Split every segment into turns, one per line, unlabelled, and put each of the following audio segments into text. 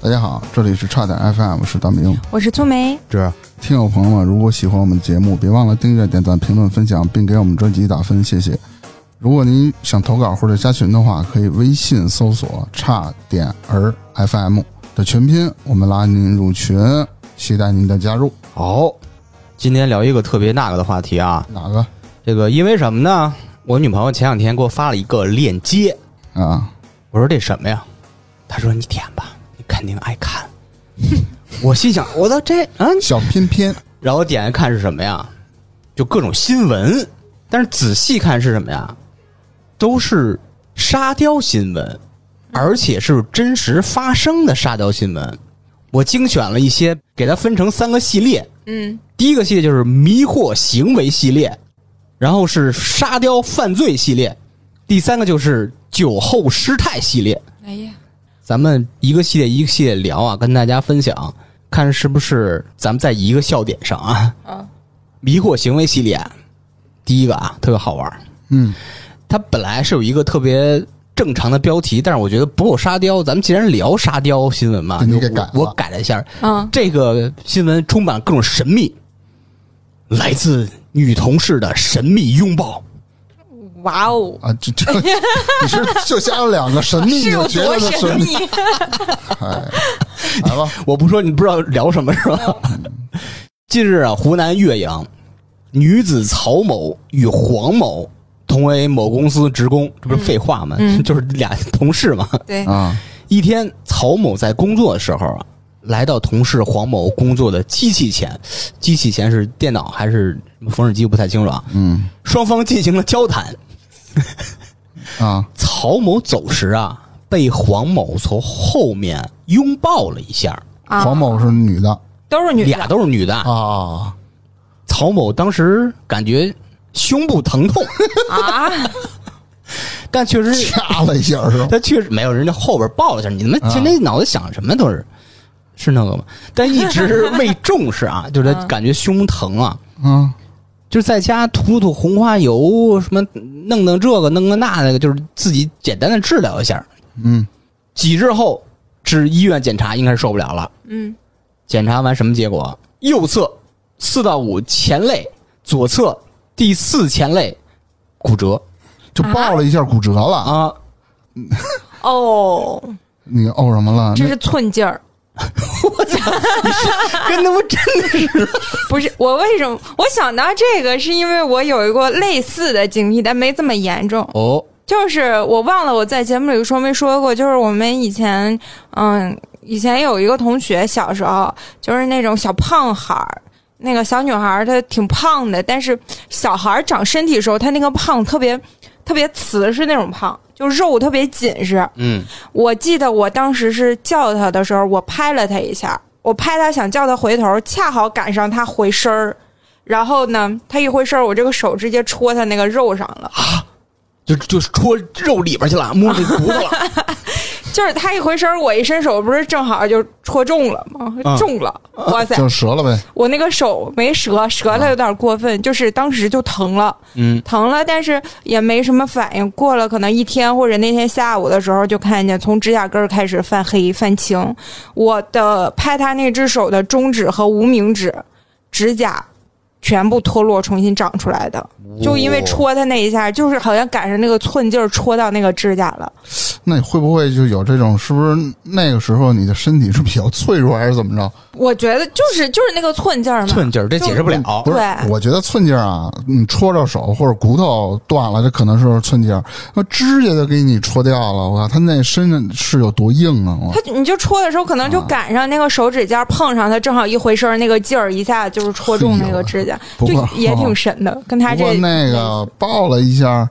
大家好，这里是差点 FM，我是大明。
我是粗梅，
这
听友朋友们，如果喜欢我们的节目，别忘了订阅、点赞、评论、分享，并给我们专辑打分，谢谢。如果您想投稿或者加群的话，可以微信搜索“差点儿 FM” 的全拼，我们拉您入群，期待您的加入。
好，今天聊一个特别那个的话题啊，
哪个
这个因为什么呢？我女朋友前两天给我发了一个链接，
啊？
我说这什么呀？她说你点吧，你肯定爱看。 我心想，我操这嗯，
小偏偏
然后我点开看是什么呀？就各种新闻，但是仔细看是什么呀？都是沙雕新闻，而且是真实发生的沙雕新闻。我精选了一些，给它分成三个系列。
嗯，
第一个系列就是迷惑行为系列，然后是沙雕犯罪系列，第三个就是酒后失态系列。
哎呀，
咱们一个系列一个系列聊啊，跟大家分享，看是不是咱们在一个笑点上啊。
啊，
迷惑行为系列，第一个啊，特别好玩儿。
嗯，
它本来是有一个特别正常的标题，但是我觉得不够沙雕。咱们既然聊沙雕新闻嘛，
对你
就
给
我
改了
我改了一下。
嗯
这个新闻充满各种神秘，来自女同事的神秘拥抱。
哇哦，
啊，这 这，你是就加了两个神秘，你
是有
就觉得
多
它
神
神秘？
秘？
哎，来吧，
我不说你不知道聊什么是吧？
嗯
近日啊，湖南岳阳，女子曹某与黄某同为某公司职工，这不是废话吗？
嗯
就是俩同事嘛。
对，
啊，
一天，曹某在工作的时候啊，来到同事黄某工作的机器前，机器前是电脑还是什么缝纫机，不太清楚啊。
嗯
双方进行了交谈，
啊，
曹某走时啊，被黄某从后面拥抱了一下，
啊
黄某是女的
都是女
俩
的，
都是女的。
啊，
曹某当时感觉胸部疼痛，
啊，
但确实
掐了一下是吧？
他确实没有人家后边抱了一下，你们
啊
天天脑子想什么都是是那个吗？但一直未重视啊，就是他感觉胸疼啊，
嗯
就是在家涂涂红花油，什么弄弄这个弄弄那个，就是自己简单的治疗一下。
嗯，
几日后至医院检查，应该是受不了了。
嗯，
检查完什么结果？右侧四到五前肋，左侧第四前肋骨折
就
啊
抱了一下骨折了。
啊！
哦，
你哦什么了？
这是寸劲儿，
跟他妈真的是
不是我为什么我想到这个，是因为我有一个类似的经历，但没这么严重。
哦，
就是我忘了我在节目里说没说过，就是我们以前，嗯，以前有一个同学，小时候就是那种小胖孩儿，那个小女孩儿她挺胖的，但是小孩儿长身体的时候，她那个胖特别特别瓷实那种胖，就肉特别紧实。
嗯，
我记得我当时是叫她的时候，我拍了她一下，我拍她想叫她回头，恰好赶上她回身儿，然后呢，她一回身儿，我这个手直接戳她那个肉上了。
就就是戳肉里边去了，摸这骨头 了，
就是他一回身儿，我一伸手，不是正好就戳中了吗？
嗯
中了！哇塞，
就折了呗。
我那个手没折，折了有点过分，就是当时就疼了，
嗯，
疼了，但是也没什么反应。过了可能一天或者那天下午的时候，就看见从指甲根儿开始泛黑泛青，我的拍他那只手的中指和无名指指甲全部脱落，重新长出来的，就因为
哦
戳他那一下，就是好像赶上那个寸劲儿戳到那个指甲了。
那你会不会就有这种？是不是那个时候你的身体是比较脆弱，还是怎么着？
我觉得就是就是那个寸劲儿嘛，
寸劲儿这解释不了。
不是，
对
我觉得寸劲儿啊，你戳着手或者骨头断了，这可能是寸劲儿。那指甲都给你戳掉了，我靠，他那身上是有多硬啊！我
他你就戳的时候，可能
啊
就赶上那个手指尖碰上，他正好一回身，那个劲儿一下就是戳中那个指甲，
哎不
就
过
也挺神的。跟他
不过
这嗯
那个抱了一下，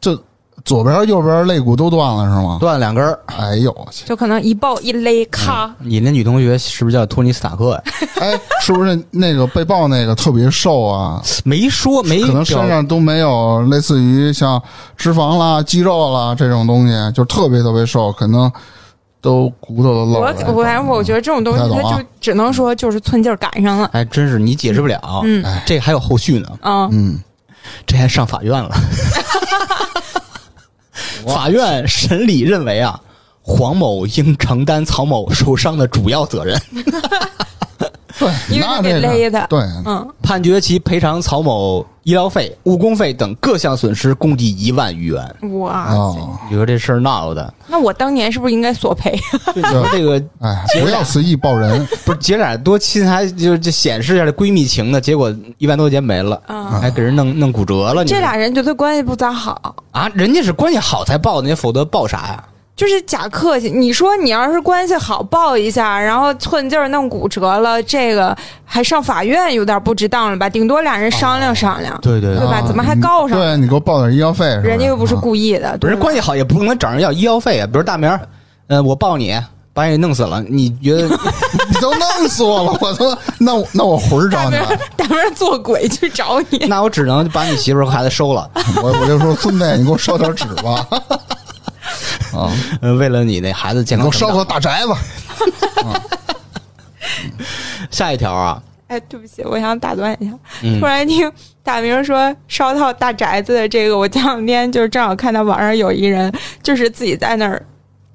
这左边右边肋骨都断了是吗？
断了两根儿。
哎呦我去！
就可能一抱一勒，
嗯
咔，
你那女同学是不是叫托尼斯塔克呀？
哎，是不是那个被抱那个特别瘦啊？
没说没
可能身上都没有类似于像脂肪啦、肌肉啦这种东西，就特别特别瘦，可能都骨头都露
我
了。
我反正我觉得这种东
不太
西，
懂啊
他就只能说就是寸劲儿赶上了。
还哎真是你解释不了。
嗯
哎，这还有后续呢，
嗯，
嗯，
这还 上法院了。法院审理认为啊，黄某应承担曹某受伤的主要责任，
对，
因为
那
他
这
得
个
勒他
对，啊
嗯，
判决其赔偿曹某医疗费、误工费等各项损失共计一万余元。
哇塞，
哦，
你说这事儿闹的，
那我当年是不是应该索赔？
你说这个
哎，
结
不
了
要随意抱
啊
人，
不是姐俩多亲，还就就显示一下这闺蜜情呢，结果一万多块钱没了，
啊
还给人弄弄骨折了。你说
这俩人觉得关系不咋好。
啊，人家是关系好才报的，你否则报啥呀？
就是假客气，你说你要是关系好抱一下，然后寸劲儿弄骨折了，这个还上法院有点不值当了吧？顶多俩人商量商量，
对对
对吧？
啊
怎么还告上？
对你给我报点医药费，是吧
人家又不是
啊
故意的，
不是
对吧
关系好也不能找人要医药费啊。比如大明儿，呃，我抱你，把你弄死了，你觉得
你都弄死我了，我都那我那我魂儿找
大
你
明
来，
大明做鬼去找你，
那我只能把你媳妇儿和孩子收了，
我我就说孙子，你给我烧点纸吧，啊，
呃，为了你那孩子健
你给
康
我
成
烧
长。
个大宅子，
下一条啊，
哎，对不起，我想打断一下。
嗯
突，然听大明说烧到大宅子的这个，我前两天就是正好看到网上有一人，就是自己在那儿。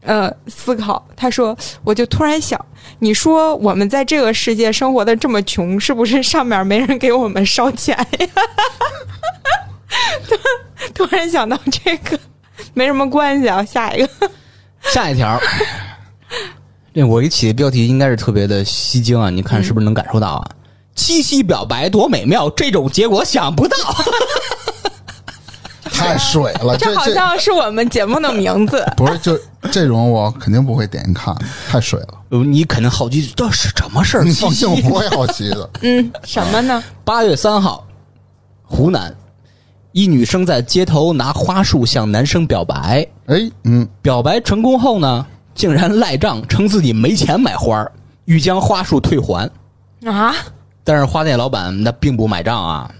呃，思考，他说，我就突然想，你说我们在这个世界生活的这么穷，是不是上面没人给我们烧钱呀？ 突突然想到这个，没什么关系啊。下一个，
下一条。这我给起的标题应该是特别的吸睛啊，你看是不是能感受到啊？七夕表白多美妙，这种结果想不到。
太水了，
这
这
好
这
像是我们节目的名字。
不是就这种我肯定不会点进看，太水 了，
呃你肯定好奇这是什么事儿？
你
七
放
夕
心，我不会好奇的，
嗯，什么 呢？
八月三号，湖南，一女生在街头拿花束向男生表白，
哎，嗯，
表白成功后呢，竟然赖账，称自己没钱买花儿，欲将花束退还。
啊，
但是花店老板那并不买账啊，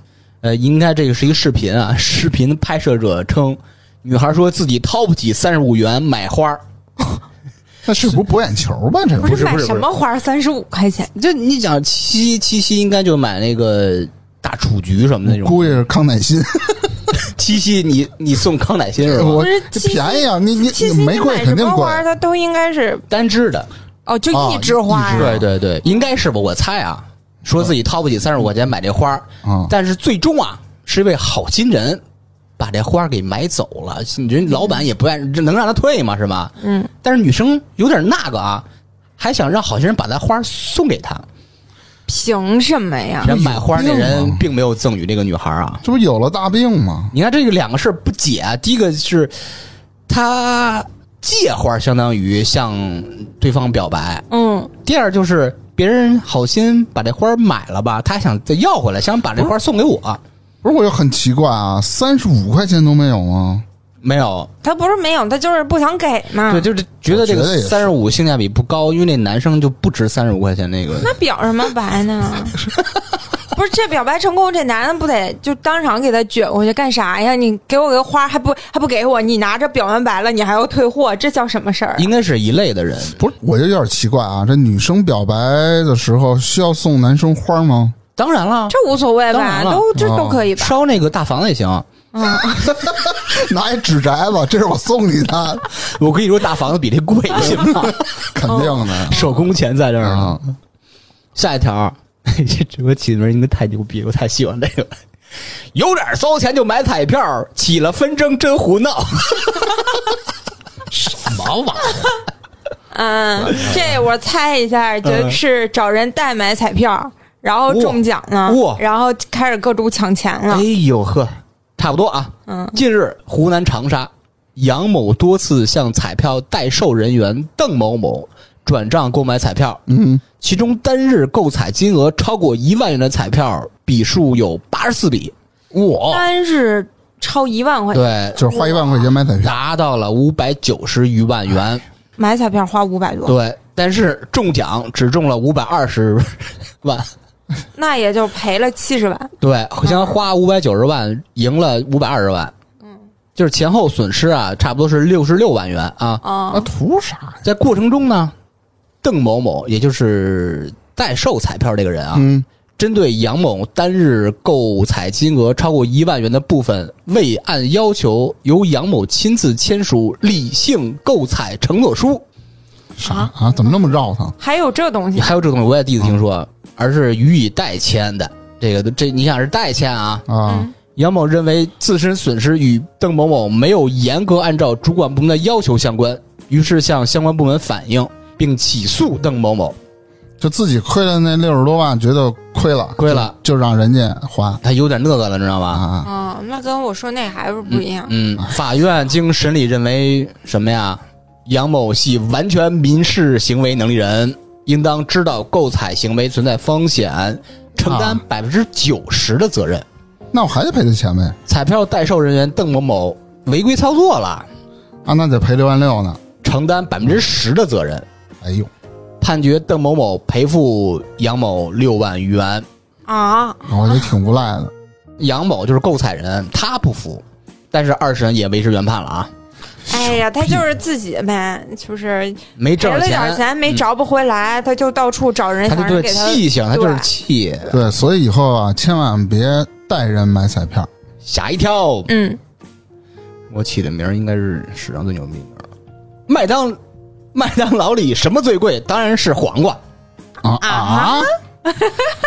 呃，应该这个是一个视频啊， 视频拍摄者称，女孩说自己掏不起三十五元买花儿。
那是不是博眼球吧？这
是买什么花三十五块钱？
这你想七七夕应该就买那个大雏菊什么那种，
估计是康乃馨，
七夕你你送康乃馨是吧？
我
不是
这
七夕
便宜啊！你你
七
你
夕
玫瑰
买
肯
什
定
么
贵
花，儿它都应该是
单支的，
哦，就
哦
一枝花
一
呀、
枝
对对对，应该是吧？我猜啊，说自己掏不起三十块钱买这花儿
嗯
但是最终啊，是一位好心人把这花儿给买走了。人老板也不愿，这能让他退吗？是吧？
嗯，
但是女生有点那个啊，还想让好心人把那花儿送给他。
凭什么呀？
人买花儿那
有病
啊
人
吗
并没有赠予这个女孩啊。
这不有了大病吗？
你看这个两个事儿不解啊，第一个是他借花儿相当于向对方表白，
嗯，
第二就是别人好心把这花儿买了吧，他想再要回来，想把这花儿送给我，
不是，我就很奇怪啊，三十五块钱都没有吗？
没有，
他不是没有，他就是不想给嘛。
对，就是觉得这
我觉得
个
也是
三十五性价比不高，因为那男生就不值三十五块钱那个。
那表什么白呢？不是这表白成功，这男的不得就当场给他撅过去干啥呀？你给我个花还不还不给我？你拿着表完白了，你还要退货，这叫什么事儿？啊
应该是一类的人，
不是，我就有点奇怪啊，这女生表白的时候需要送男生花吗？
当然了，
这无所谓
当
吧，
然了
都这都可以吧？
烧那个大房子也行。
拿一纸宅子，这是我送你的，
我跟你说，大房子比这贵，行吗？
肯定的
手工钱在这儿呢。
啊！
下一条， 这这我起的名儿应该太牛逼了，我太喜欢这个了。有点骚钱就买彩票，起了纷争真胡闹。
什么玩意儿？
嗯，这我猜一下，就是找人代买彩票，然后中奖了
哇，
然后开始各种抢钱了
哎。呦呵，差不多啊。
嗯，
近日，湖南长沙，杨某多次向彩票代售人员邓某某转账购买彩票，
嗯，
其中单日购彩金额超过一万元的彩票笔数有八十四笔，
我
单日超一万块，
哦对，
就是花一万块钱买彩票，
达到了五百九十余万元，
买彩票花五百多，
对，但是中奖只中了五百二十万，
那也就赔了七十万。
对，好像花五百九十万赢了五百二十万，就是前后损失啊，差不多是六十六万元啊，
那
啊，
图啥呀？
在过程中呢，邓某某，也就是代售彩票这个人啊，
嗯，
针对杨某单日购彩金额超过一万元的部分，未按要求由杨某亲自签署立性购彩承诺书。
啥啊？怎么那么绕腾？
还有这东西，
还有这种我也第一次听说，而是予以代签的。这个这你想是代签啊？
啊
嗯，
杨某认为自身损失与邓某某没有严格按照主管部门的要求相关，于是向相关部门反映并起诉邓某某。
就自己亏了那六十多万，觉得亏了，
亏了
就，就让人家还
他有点那个了，知道吧？
啊。
啊，那跟我说那还是不一样。
嗯，法院经审理认为什么呀？杨某系完全民事行为能力人，应当知道购彩行为存在风险，承担
啊
百分之九十的责任。
那我还得赔他钱呗，
彩票代售人员邓某某违规操作了，
啊，那得赔六万六呢。
承担百分之十的责任，
哎呦，
判决邓某某赔付杨某六万元。
啊，
我觉得挺无赖的。
杨某就是购彩人，他不服，但是二审也维持原判了啊，
哎呀，他就是自己呗，就是
没
赔
挣
了
着
点儿钱没着不回来，他就到处找人
嗯他
想
就
让人
对
给他
气性，他就是
对
气，
对，所以以后啊，千万别带人买彩票。
吓一跳。
嗯，
我起的名儿应该是史上最牛逼的名儿了。麦当麦当劳里什么最贵？当然是黄瓜，
啊
啊
啊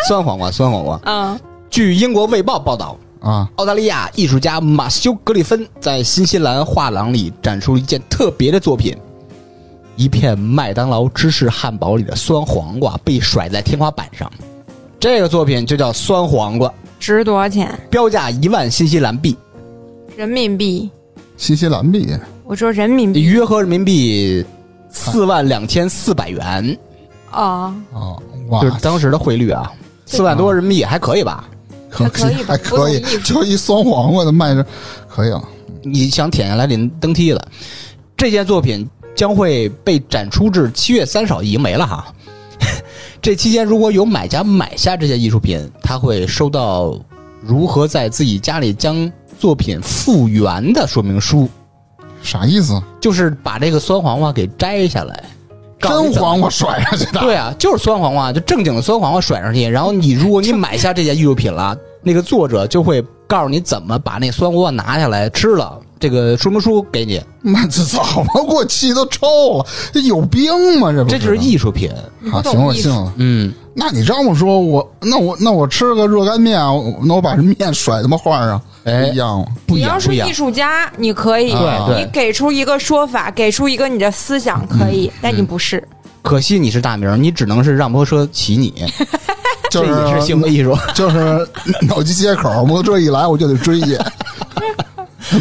酸黄瓜，酸黄瓜。
嗯，
据英国《卫报》报道，
啊！
澳大利亚艺术家马修·格里芬在新西兰画廊里展出了一件特别的作品。一片麦当劳芝士汉堡里的酸黄瓜被甩在天花板上，这个作品就叫酸黄瓜，
值多少钱？
标价一万新西兰币，
人民币？
新西兰币
我说人民币
约合人民币四万两千四百元。
啊，
啊，哇
就，是当时的汇率啊，四万多人民币还可以吧？
可
可以吧
还可以
不容易，
就一酸黄瓜的卖着，可以了。
你想舔下来得登梯了。这件作品将会被展出至七月三十号，已经没了哈。 这期间如果有买家买下这件艺术品，他会收到如何在自己家里将作品复原的说明书，
啥意思？
就是把这个酸黄瓜给摘下来，告诉
真
你怎么
黄瓜甩上去的，
对啊，就是酸黄瓜，就正经的酸黄瓜甩上去。然后你，如果你买下这件艺术品了，那个作者就会告诉你怎么把那酸黄瓜拿下来吃了。这个说明书给你，
妈这怎么给我气都臭了？这有病吗？这不
这就是艺术品。
啊，
懂
行，我
艺
信了。
嗯，
那你这么说，我那我那我吃个热干面，啊我那我把这面甩他妈花上，
哎
一样吗？
不一
你要
样，不
是
一样
艺。术家，你可以，
对
你
对
给出一个说法，给出一个你的思想，可
嗯
以，但你不是。
可惜你是大名，你只能是让摩托车骑 你，
就
这也是啊
是
行为艺 术。
就是脑机接口，摩托车一来我就得追去。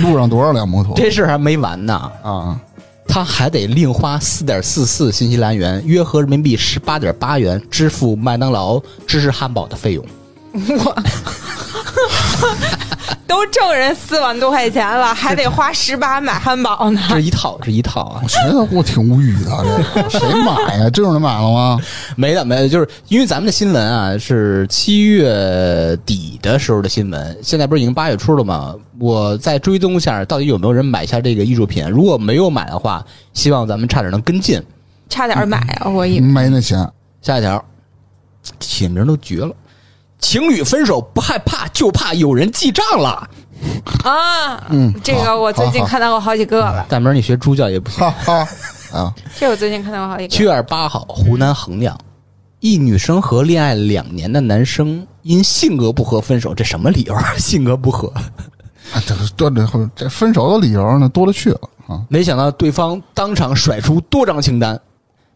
路上多少辆摩托
这事儿还没完呢，
啊？
他还得另花四点四四新西兰元，约合人民币十八点八元，支付麦当劳芝士汉堡 的费用。
都挣人四万多块钱了，还得 花十八买汉堡呢。
这一套，这一套啊
我，觉得我挺无语的，这谁买呀？这种人买了吗？
没的，没的，就是因为咱们的新闻啊是七月底的时候的新闻，现在不是已经八月初了吗？我再追踪一下，到底有没有人买下这个艺术品？如果没有买的话，希望咱们差点能跟进。
差点买啊！我以为
没那钱，
下一条，起名都绝了，情侣分手不害怕，就怕有人记账了。
啊，
嗯
这个
好
我最近
好好
看到过好几个了，
大明，你学猪叫也不行。
哈哈啊！
这我最近看到过好几
七
个。
月二十八号，湖南衡阳，一女生和恋爱两年的男生因性格不合分手，这什么理由啊？ 性格不合。
啊，这这这这分手的理由呢多了去了啊！
没想到对方当场甩出多张清单，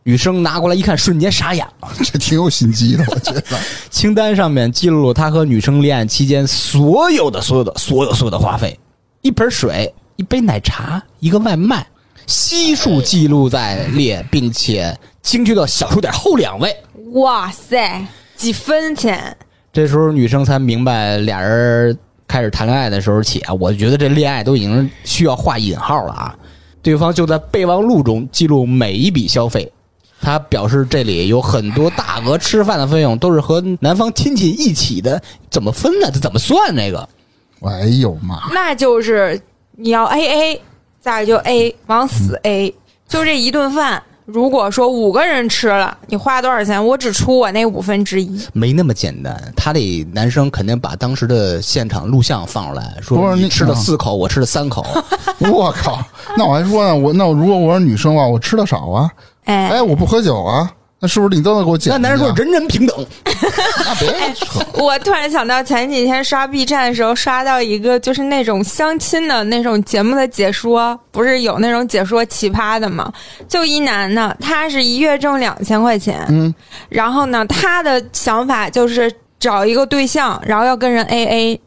女生拿过来一看，瞬间傻眼了。
这挺有心机的，我觉得。
清单上面记录了他和女生恋爱期间所有的、所有的、所有、所有的花费：一盆水、一杯奶茶、一个外卖，悉数记录在列，并且精确到小数点后两位。
哇塞，几分钱？
这时候女生才明白，俩人开始谈恋爱的时候起啊，我觉得这恋爱都已经需要画引号了啊。对方就在备忘录中记录每一笔消费，她表示这里有很多大额吃饭的费用都是和男方亲戚一起的，怎么分呢？这怎么算这个？
我哎呦妈！
那
嗯
就是你要 A A，再就 A 往死 A，就这一顿饭如果说五个人吃了，你花多少钱？我只出我那五分之一。
没那么简单，他得男生肯定把当时的现场录像放出来，
不是
说你
你
吃了四口，我吃了三口，
我靠，那我还说呢，我那我如果我是女生的话，我吃的少啊，
哎，
哎，我不喝酒啊，那是不是你都得给我减？
那男生说人人平等，
那
哎
别扯，
我突然想到前几天刷 B 站的时候，刷到一个就是那种相亲的那种节目的解说，不是有那种解说奇葩的吗？就一男的，他是一月挣两千块钱，
嗯，
然后呢，他的想法就是找一个对象，然后要跟人 A A。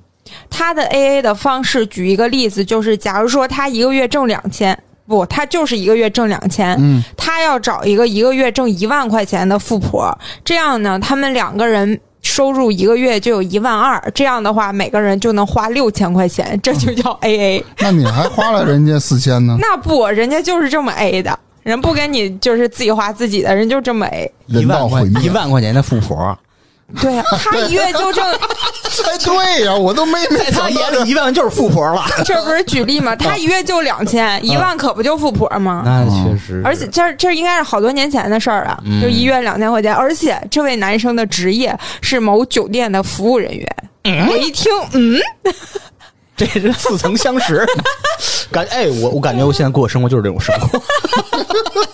他的 A A 的方式，举一个例子，就是假如说他一个月挣两千，不，他就是一个月挣两千，
嗯，
他要找一个一个月挣一万块钱的富婆，这样呢，他们两个人。收入一个月就有一万二，这样的话每个人就能花六千块钱，这就 叫 A A。
那你还花了人家四千呢，
那不，人家就是这么 A 的，人不跟你就是自己花自己的，人就这么 A。
人道毁灭
一。万块钱的富婆，
对呀、他一月就挣，
哎， 对呀、我 都没
在他眼里一万就是富婆了，
这不是举例 吗？他一月就两千，一万可不就富婆吗？
嗯那确实，
而且这这应该是好多年前的事儿了，
嗯
就一月两千块钱。而且这位男生的职业是某酒店的服务人员。我一听，嗯，
这是似曾相识，感哎，我我感觉我现在过的生活就是这种生活。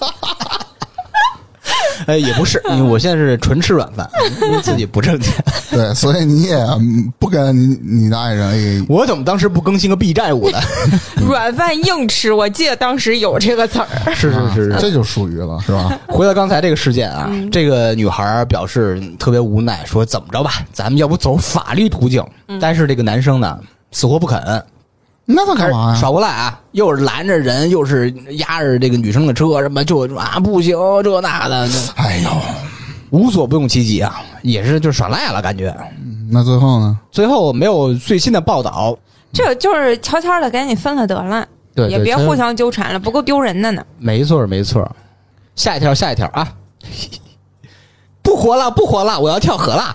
哎，也不是，因为我现在是纯吃软饭，因为自己不挣钱。
对，所以你也嗯不跟你你的爱人哎 AA，
我怎么当时不更新个 B 债务呢？
软饭硬吃，我记得当时有这个词儿。
是是是哎
啊
是。
这就属于了，是吧？
回到刚才这个事件啊，这个女孩表示特别无奈，说怎么着吧，咱们要不走法律途径？但是这个男生呢，死活不肯，
那他干嘛呀？
耍无赖啊！又是拦着人，又是压着这个女生的车，什么就啊不行，这那的，
哎呦，
无所不用其极啊，也是就耍赖了，感觉。
那最后呢？
最后没有最新的报道，
这就是悄悄的赶紧分了得了，
对
也别互。相纠缠了，不够丢人的呢。
没错，没错。下一条，下一条啊！ 不活了，不活了，我要跳河了。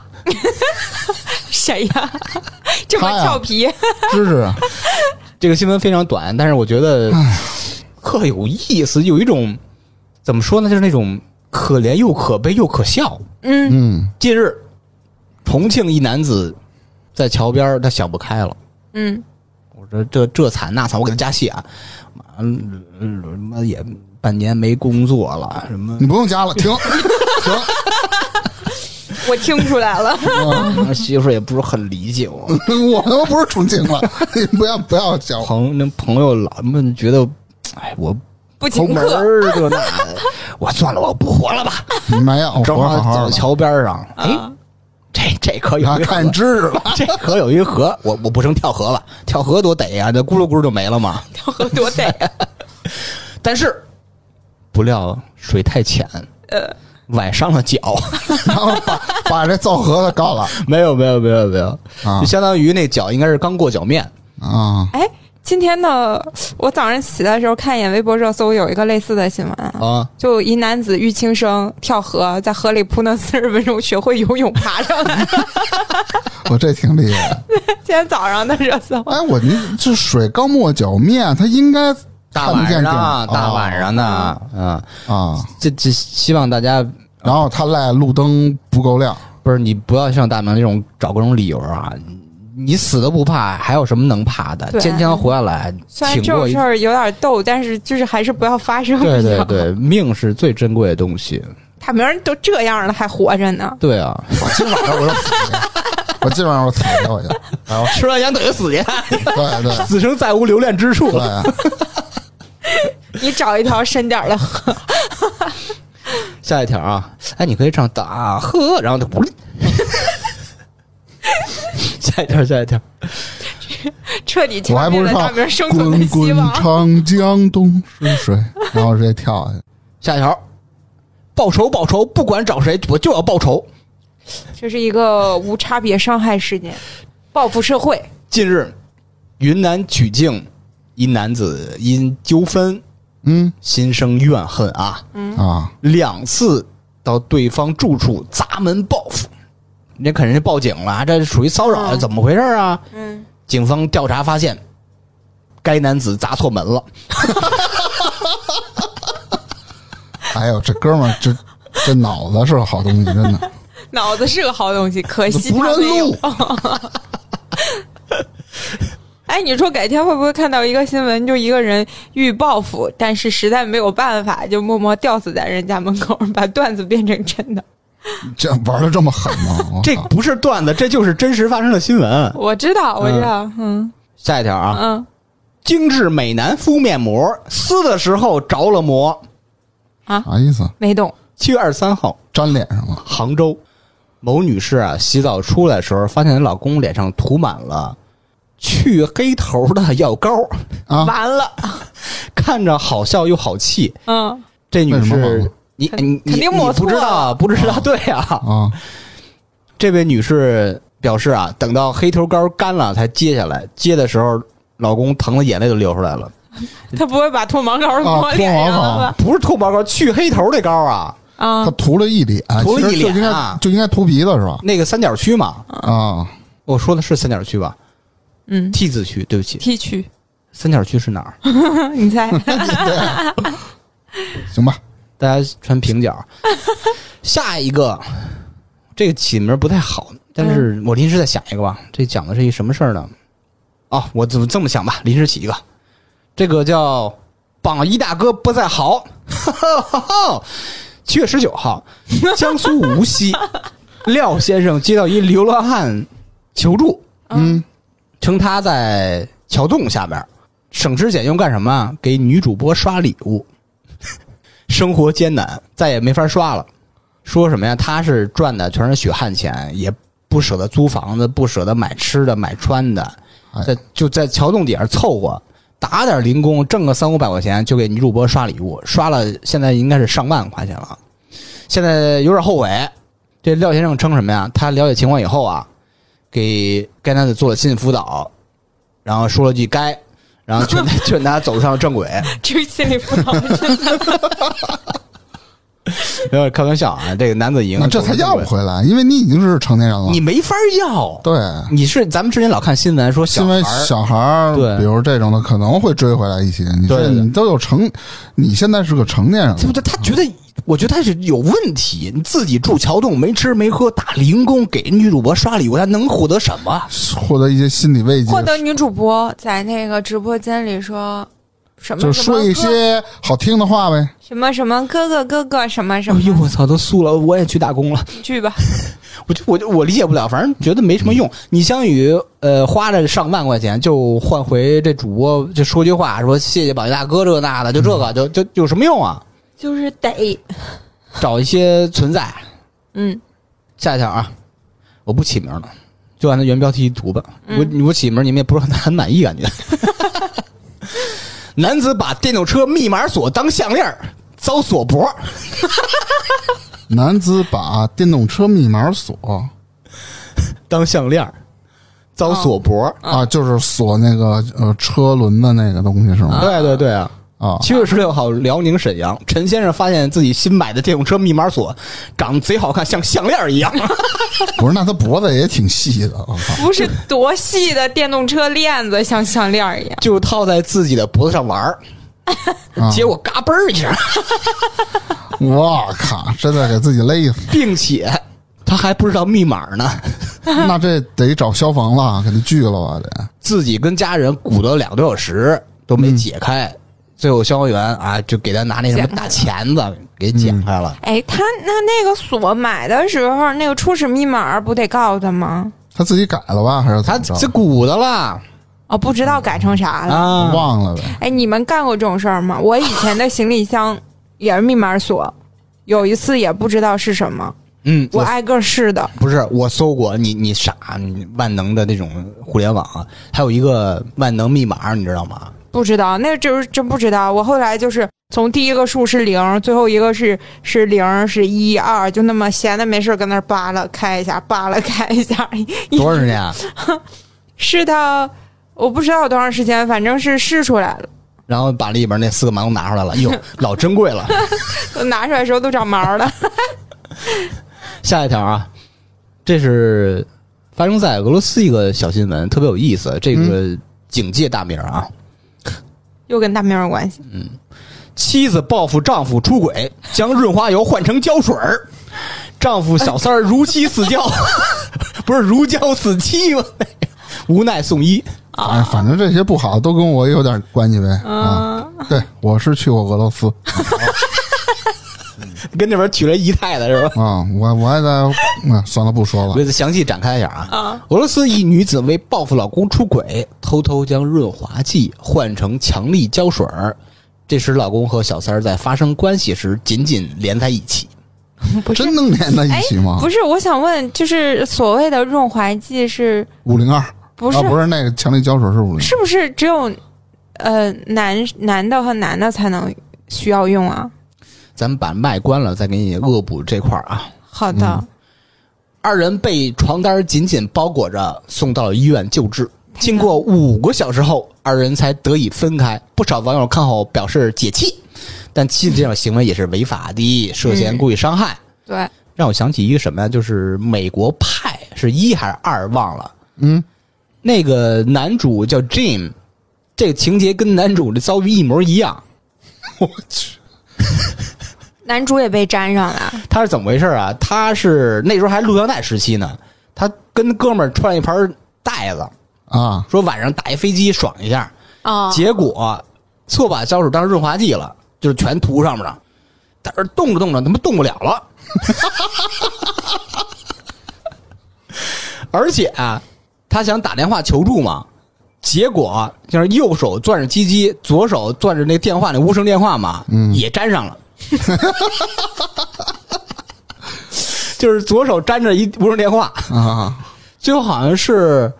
谁 呀？这么
他呀
俏皮，
芝啊芝，
这个新闻非常短，但是我觉得特有意思，有一种怎么说呢，就是那种可怜又可悲又可笑。
嗯，
嗯，
近日，重庆一男子在桥边儿，他想不开了。
嗯，
我说这这惨那惨，我给他加戏啊！妈，嗯嗯他妈也半年没工作了，什 么
你不用加 了，停停。
我听出来 了，
我媳妇儿也不是很理解我，
我他妈不是重庆了，你不要不要讲，
朋那朋友老们觉得，哎，我
不啊
抠
请
门
客。
儿这那，我算了，我不活了吧。
你妈呀，我
正
活好
好
好
走
的，
桥边哦儿上，哎，这这可有
还
一 河
看芝芝了，
这可有一河，我我不成跳河了，跳河多得呀，这咕噜咕噜就没了嘛。
跳河多得呀，
但是不料水太浅，
呃，
崴伤了脚。
然后把把这造河的干了
没有没有没有没有，
啊
就相当于那脚应该是刚过脚面。
啊！
哎，今天呢，我早上起来的时候看一眼微博热搜，有一个类似的新闻
啊，
就一男子预轻生跳河，在河里扑腾四十分钟，学会游泳爬上 来。
我这挺厉害的。
今天早上的热搜，
哎，我你这水刚没脚面，它应该看
大
不
晚
见
上
顶
啊，大晚上呢，嗯，
啊。
这这希望大家
然后他赖路灯不够亮，
不是你不要像大明这种找各种理由啊，你你死都不怕，还有什么能怕的？
对
坚强活下来，
虽然
挺
这
过
种
一
事。儿有点逗，但是就是还是不要发 生。
对 对，对，命是最珍贵的东西。
大明儿都这样了还活着呢，
对啊，
我今晚上我要死去，我今晚上我死去我去，哎呦，
吃完羊等于 死去，
对对
此生再无留恋之 处。
对，
你找一条深点儿的 河，
下一条啊，哎，你可以唱大河，然后 就不。下一条，下一条，
彻底
我还
掐
不
灭
是
了大
唱
明儿生存的
滚
希
滚
望。
长江东逝水，然后直接跳下去。
下一条，报仇报仇，不管找谁，我就要报仇。
这是一个无差别伤害事件，报复社会。
近日，云南曲靖一男子因纠纷
嗯
心生怨恨啊，
啊，
两次到对方住处砸门报复，人家肯定是报警了，这属于骚扰啊，
嗯
怎么回事啊？
嗯，
警方调查发现，该男子砸错门了，
哎呦，这哥们儿这这脑子是个好东西，真的。
脑子是个好哎东西，可惜
不
他
认
没有
路。
哎，你说改天会不会看到一个新闻，就一个人欲报复，但是实在没有办法，就默默吊死在人家门口，把段子变成真的？
这玩的这么狠吗？我
这
靠
不是段子，这就是真实发生的新闻。
我知道，我知道，嗯
下一条啊，
嗯
精致美男敷面膜，撕的时候着了魔。
啥意思？
没懂。
七月二十三号，
粘脸上了，
杭州某女士啊，洗澡出来的时候，发现她老公脸上涂满了去黑头的药膏，
啊
完了，
看着好笑又好气。
嗯，
这女
为什么好
士
呢，
你
肯
你你
肯定
你
抹
不
错
知道啊，不知道，
啊
对啊，
啊！
这位女士表示啊，等到黑头膏干了才揭下来，揭的时候，老公疼的眼泪都流出来了。
他不会把脱毛膏抹脸上了吧？
不是脱毛膏，去黑头那膏啊，
啊
他涂了一脸，
涂了一
其实就应
脸
该、
啊
就应该涂鼻子是吧？
那个三角区嘛，
啊，
我说的是三角区吧
嗯
？T 字区，对不起，
，T 区，
三角区是哪儿？
你猜？
啊 行吧，
大家穿平角。下一个，这个起名不太好，但是我临时再想一个吧。这讲的是一什么事儿呢？哦，我怎么这么想吧？临时起一个，这个叫“榜一大哥不在豪”。 七月十九号，江苏无锡，廖先生接到一流浪汉求助，
嗯，
称他在桥洞下边儿，省吃俭用干什么啊？给女主播刷礼物，生活艰难，再也没法刷了。说什么呀？他是赚的全是血汗钱，也不舍得租房子，不舍得买吃的、买穿的，
哎
在就在桥洞底下凑合，打点零工，挣个三五百块钱，就给女主播刷礼物，刷了现在应该是上万块钱了。现在有点后悔。这廖先生称什么呀？他了解情况以后啊，给该男子做了心理辅导，然后说了句“该”，然后劝 他劝他走上正轨。
这心理辅导真的
没有开玩笑啊，这个男子已经
那这才要不回来，因为你已经是成年人了。
你没法要。
对，
你是咱们之前老看新闻说小
因
孩
为
儿
小孩儿，
对
比如这种的可能会追回来一些。你
对
这
对对
你都有成，你现在是个成年人
对
了
不，对？他觉得，我觉得他是有问题。你自己住桥洞，没吃没喝，打零工，给女主播刷礼物，他能获得什么？
获得一些心理慰藉
获，得女主播在那个直播间里说什
就
么
是
什
说
么
一
哥
些好听的话呗。
什么什么哥哥哥哥什么什
哎
么
呦，我操，都酥了！我也去打工了。
去吧，
我就我就我理解不了，反正觉得没什么
嗯
用。你相与呃花了上万块钱，就换回这主播就说句话，说谢谢榜一大哥这个那的，就这
嗯
个就就有什么用啊？
就是得
找一些存在。
嗯，
下一条啊，我不起名了，就按它原标题读吧。我我起名你们也 不知道他很满意感觉。男子把电动车密码锁当项链儿遭锁脖，
男子把电动车密码
啊
锁
当项链儿遭锁脖。
啊，就是锁那个呃车轮的那个东西是吗？
对对对啊！
啊，
七月十六号，辽宁沈阳，陈先生发现自己新买的电动车密码锁长得贼好看，像项链儿一样。
不是，那他脖子也挺细的，我靠，
不是多细的电动车链子像项链儿一样，
就套在自己的脖子上玩儿，
啊
结果嘎嘣儿一下，
我靠，真的给自己勒 死，
并且他还不知道密码呢，
那这得找消防了，给他锯了吧得。
自己跟家人鼓捣两个多小时都没解开，最后消防员啊就给他拿那什么
剪开
大钳子给剪开了。
哎，他那那个锁买的时候，那个初始密码不得告诉他吗？
他自己改了吧，还是怎
他
么着
这鼓捣了
哦，不知道改成啥了。
啊，
忘了呗？
哎，你们干过这种事儿吗？我以前的行李箱也是密码锁，有一次也不知道是什么，
嗯，
我
我
挨个试的。
不是我搜过你，你傻，你万能的那种互联网啊，还有一个万能密码，你知道吗？
不知道，那就是真不知道。我后来就是从第一个数是零，最后一个是是零，是一二，就那么闲的没事儿跟那儿扒拉开一下，扒拉开一下。
多长时间啊？
是他，我不知道多长时间，反正是试出来了，
然后把里边那四个馒头拿出来了，哟，老珍贵了。
拿出来的时候都长毛了。
下一条啊，这是发生在俄罗斯一个小新闻，特别有意思。这个警戒大名啊，
又跟大明有关系。
妻子报复丈夫出轨，将润滑油换成胶水儿。丈夫小三儿如漆似胶， 不是如胶似漆吗？ 无奈送医。
啊
哎，反正这些不好都跟我有点关系呗。啊，对，我是去过俄罗斯
跟那边娶了姨太太是吧？
啊，我我还在， 啊，算了，不说了
我。得详细展开一下啊。俄罗斯一女子为报复老公出轨，偷偷将润滑剂换成强力胶水儿，这时老公和小三儿在发生关系时紧紧连在一起。
不是
真能连在一起吗
哎不？是，我想问，就是所谓的润滑剂是
五零二
不是
啊，不是那个强力胶水是五零，
是不是只有呃男男的和男的才能需要用啊？
咱们把麦关了，再给你恶补这块儿啊。
好的，
二人被床单紧紧包裹着送到了医院救治。经过五个小时后，二人才得以分开。不少网友看后表示解气，但妻子这种行为也是违法的，涉嫌故意伤害。
对，
让我想起一个什么呀？就是美国派是一还是二忘了。
嗯，
那个男主叫 Jim，这个情节跟男主的遭遇一模一样。
我去，
男主也被粘上了，
他是怎么回事啊？他是那时候还录像带时期呢，他跟哥们儿串了一盘袋子，
啊，
说晚上打一飞机爽一下，
哦，
结果错把胶水当润滑剂了，就是全涂上面了。但是动着动着，他妈动不了了。 而且啊，他想打电话求助嘛，结果就是右手攥着鸡鸡，左手攥着那电话那无声电话嘛，也粘上了。 就是左手粘着一无声电话，
啊，
最后好像是，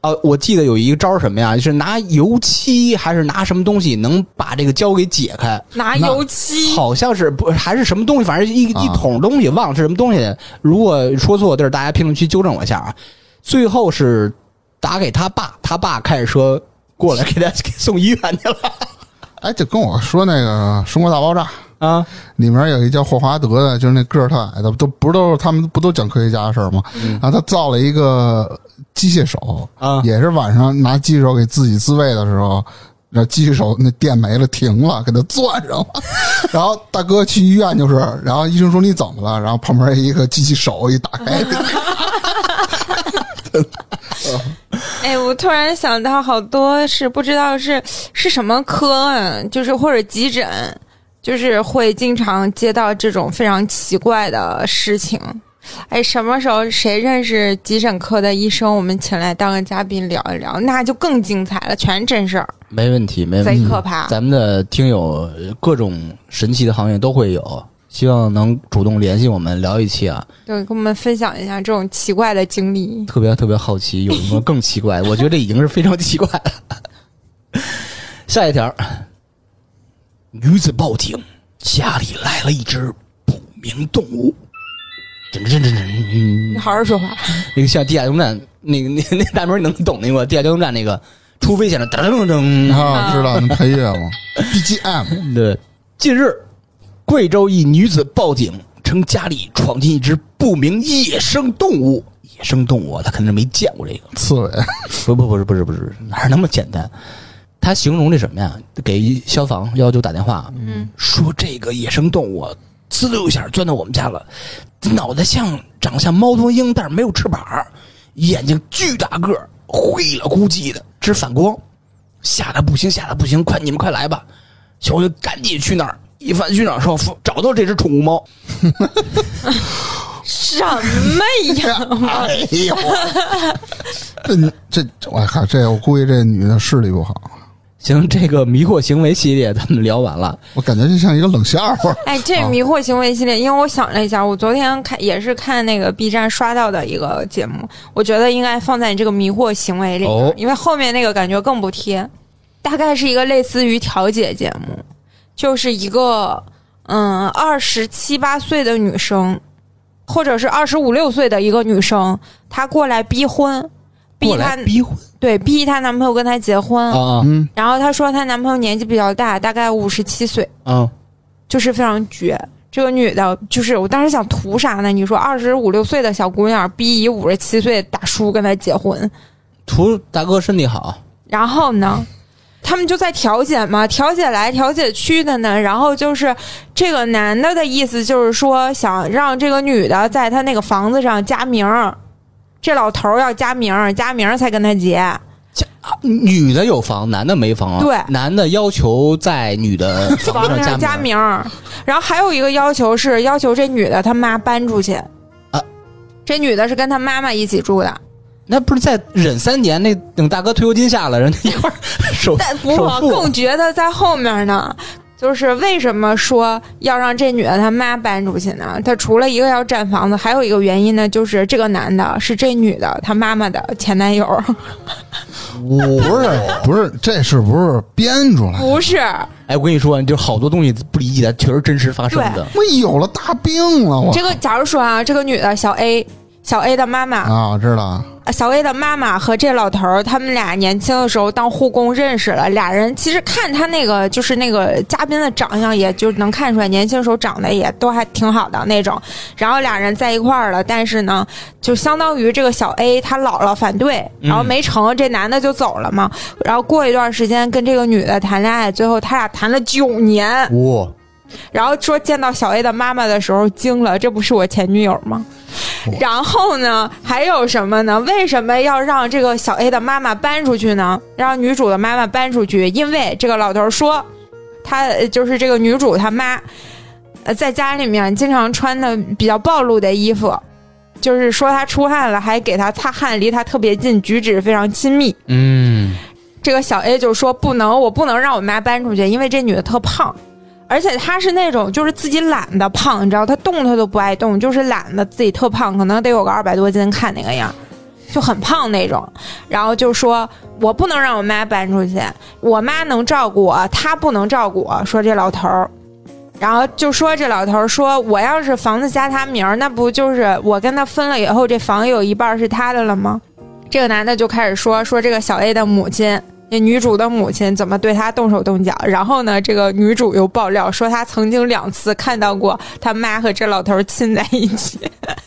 呃，我记得有一个招儿什么呀？是拿油漆还是拿什么东西能把这个胶给解开？
拿油漆，
好像是不还是什么东西，反正一
啊
一桶东西，忘了是什么东西。如果说错地儿，大家评论区纠正我一下啊。最后是打给他爸，他爸开着车过 来给他给送医院去了
哎，就跟我说那个《生活大爆炸》
啊。
里面有一叫霍华德的，就是那个儿特矮的，都不是都是他们不都讲科学家的事儿吗？然后他造了一个机械手，
啊
也是晚上拿机械手给自己自慰的时候，那机械手那电没了停了，给他攥上 了。然后大哥去医院就是，然后医生说你怎么了？然后旁边一个机器手一打开，
哎，我突然想到好多是不知道是是什么科、啊，就是或者急诊，就是会经常接到这种非常奇怪的事情。哎，什么时候谁认识急诊科的医生，我们请来当个嘉宾聊一聊，那就更精彩了，全真事儿，
没问题，没
贼可怕。
咱们的听友各种神奇的行业都会有，希望能主动联系我们聊一期啊。
对，跟我们分享一下这种奇怪的经历。
特别特别好奇，有什么更奇怪？我觉得这已经是非常奇怪了。 下一条，女子报警，家里来了一只不明动物。真真真真，
你好好说话。
那个像地下交通站，那个那那大门你能懂那个地下交通站那个出飞线的噔噔噔。
啊，知道那配乐 吗？BGM
对，近日，贵州一女子报警称家里闯进一只不明野生动物。野生动物啊，她肯定没见过这个。
刺猬
不不不是不是不是，哪儿那么简单？他形容这什么呀？给消防幺幺九打电话，嗯，说这个野生动物啊滋溜一下钻到我们家了，脑袋像长像猫头鹰，但是没有翅膀，眼睛巨大个儿，灰了咕叽的，直反光，吓得不行，吓得不行，快你们快来吧！小伟赶紧去那儿，一番寻找之后，找到这只宠物猫，
什么呀？
哎呦， 这这我靠，这我估计这女的视力不好，
行，这个迷惑行为系列咱们聊完了，
我感觉就像一个冷笑话。
哎，这
啊
迷惑行为系列，因为我想了一下，我昨天看也是看那个 B 站刷到的一个节目，我觉得应该放在你这个迷惑行为里，
哦
因为后面那个感觉更不贴。大概是一个类似于调解节目，就是一个嗯二十七八岁的女生，或者是二十五六岁的一个女生，她过来逼婚，逼
过
她
来逼婚
对逼她男朋友跟她结婚，
啊啊
嗯
然后她说她男朋友年纪比较大，大概五十七岁。
啊！
就是非常绝。这个女的，就是我当时想图啥呢？你说二十五六岁的小姑娘逼一五十七岁的大叔跟她结婚，
图大哥身体好，
然后呢，他们就在调解嘛，调解来调解去的呢。然后就是这个男的的意思就是说，想让这个女的在他那个房子上加名儿，这老头儿要加名儿，加名儿才跟他结。
啊女的有房，男的没房啊。
对
男的要求在 女的房
房
子
子上
上
加
名
名儿，然后还有一个要求是要求这女的她妈搬出去。
啊
这女的是跟她妈妈一起住的，
那不是再忍三年？那等大哥退休金下了，人家一 块儿首
但
首
我
付
更觉得在后面呢，就是为什么说要让这女的她妈搬出去呢？她除了一个要占房子，还有一个原因呢，就是这个男的是这女的她妈妈的前男友，
我不是不是，这是不是编出来的？
不是？
哎，我跟你说，就好多东西不理解，确实真实发生的。
我有了大病了，我
这个假如说啊，这个女的小 A，小 A 的妈妈
啊，我知道了，
小 A 的妈妈和这老头儿，他们俩年轻的时候当护工认识了。俩人其实看他那个就是那个嘉宾的长相，也就能看出来，年轻时候长得也都还挺好的那种。然后俩人在一块儿了，但是呢，就相当于这个小 A 他姥姥反对，然后没成，这男的就走了嘛。然后过一段时间跟这个女的谈恋爱，最后他俩谈了九年。
哇、
然后说见到小 A 的妈妈的时候惊了，这不是我前女友吗？然后呢，还有什么呢？为什么要让这个小 A 的妈妈搬出去呢？让女主的妈妈搬出去，因为这个老头儿说，他呃就是这个女主她妈，呃，在家里面经常穿的比较暴露的衣服。就是说她出汗了，还给她擦汗，离她特别近，举止非常亲密。
嗯，
这个小 A 就说不能，我不能让我妈搬出去，因为这女的特胖，而且她是那种就是自己懒得胖，你知道，她动她都不爱动，就是懒得自己特胖，可能得有个二百多斤，看那个样儿。就很胖那种，然后就说：“我不能让我妈搬出去，我妈能照顾我，她不能照顾我。”说这老头儿，然后就说这老头儿说：“我要是房子加他名儿，那不就是我跟他分了以后，这房有一半儿是他的了吗？”这个男的就开始说说这个小 A 的母亲，那女主的母亲怎么对她动手动脚。然后呢，这个女主又爆料说，她曾经两次看到过她妈和这老头儿亲在一起。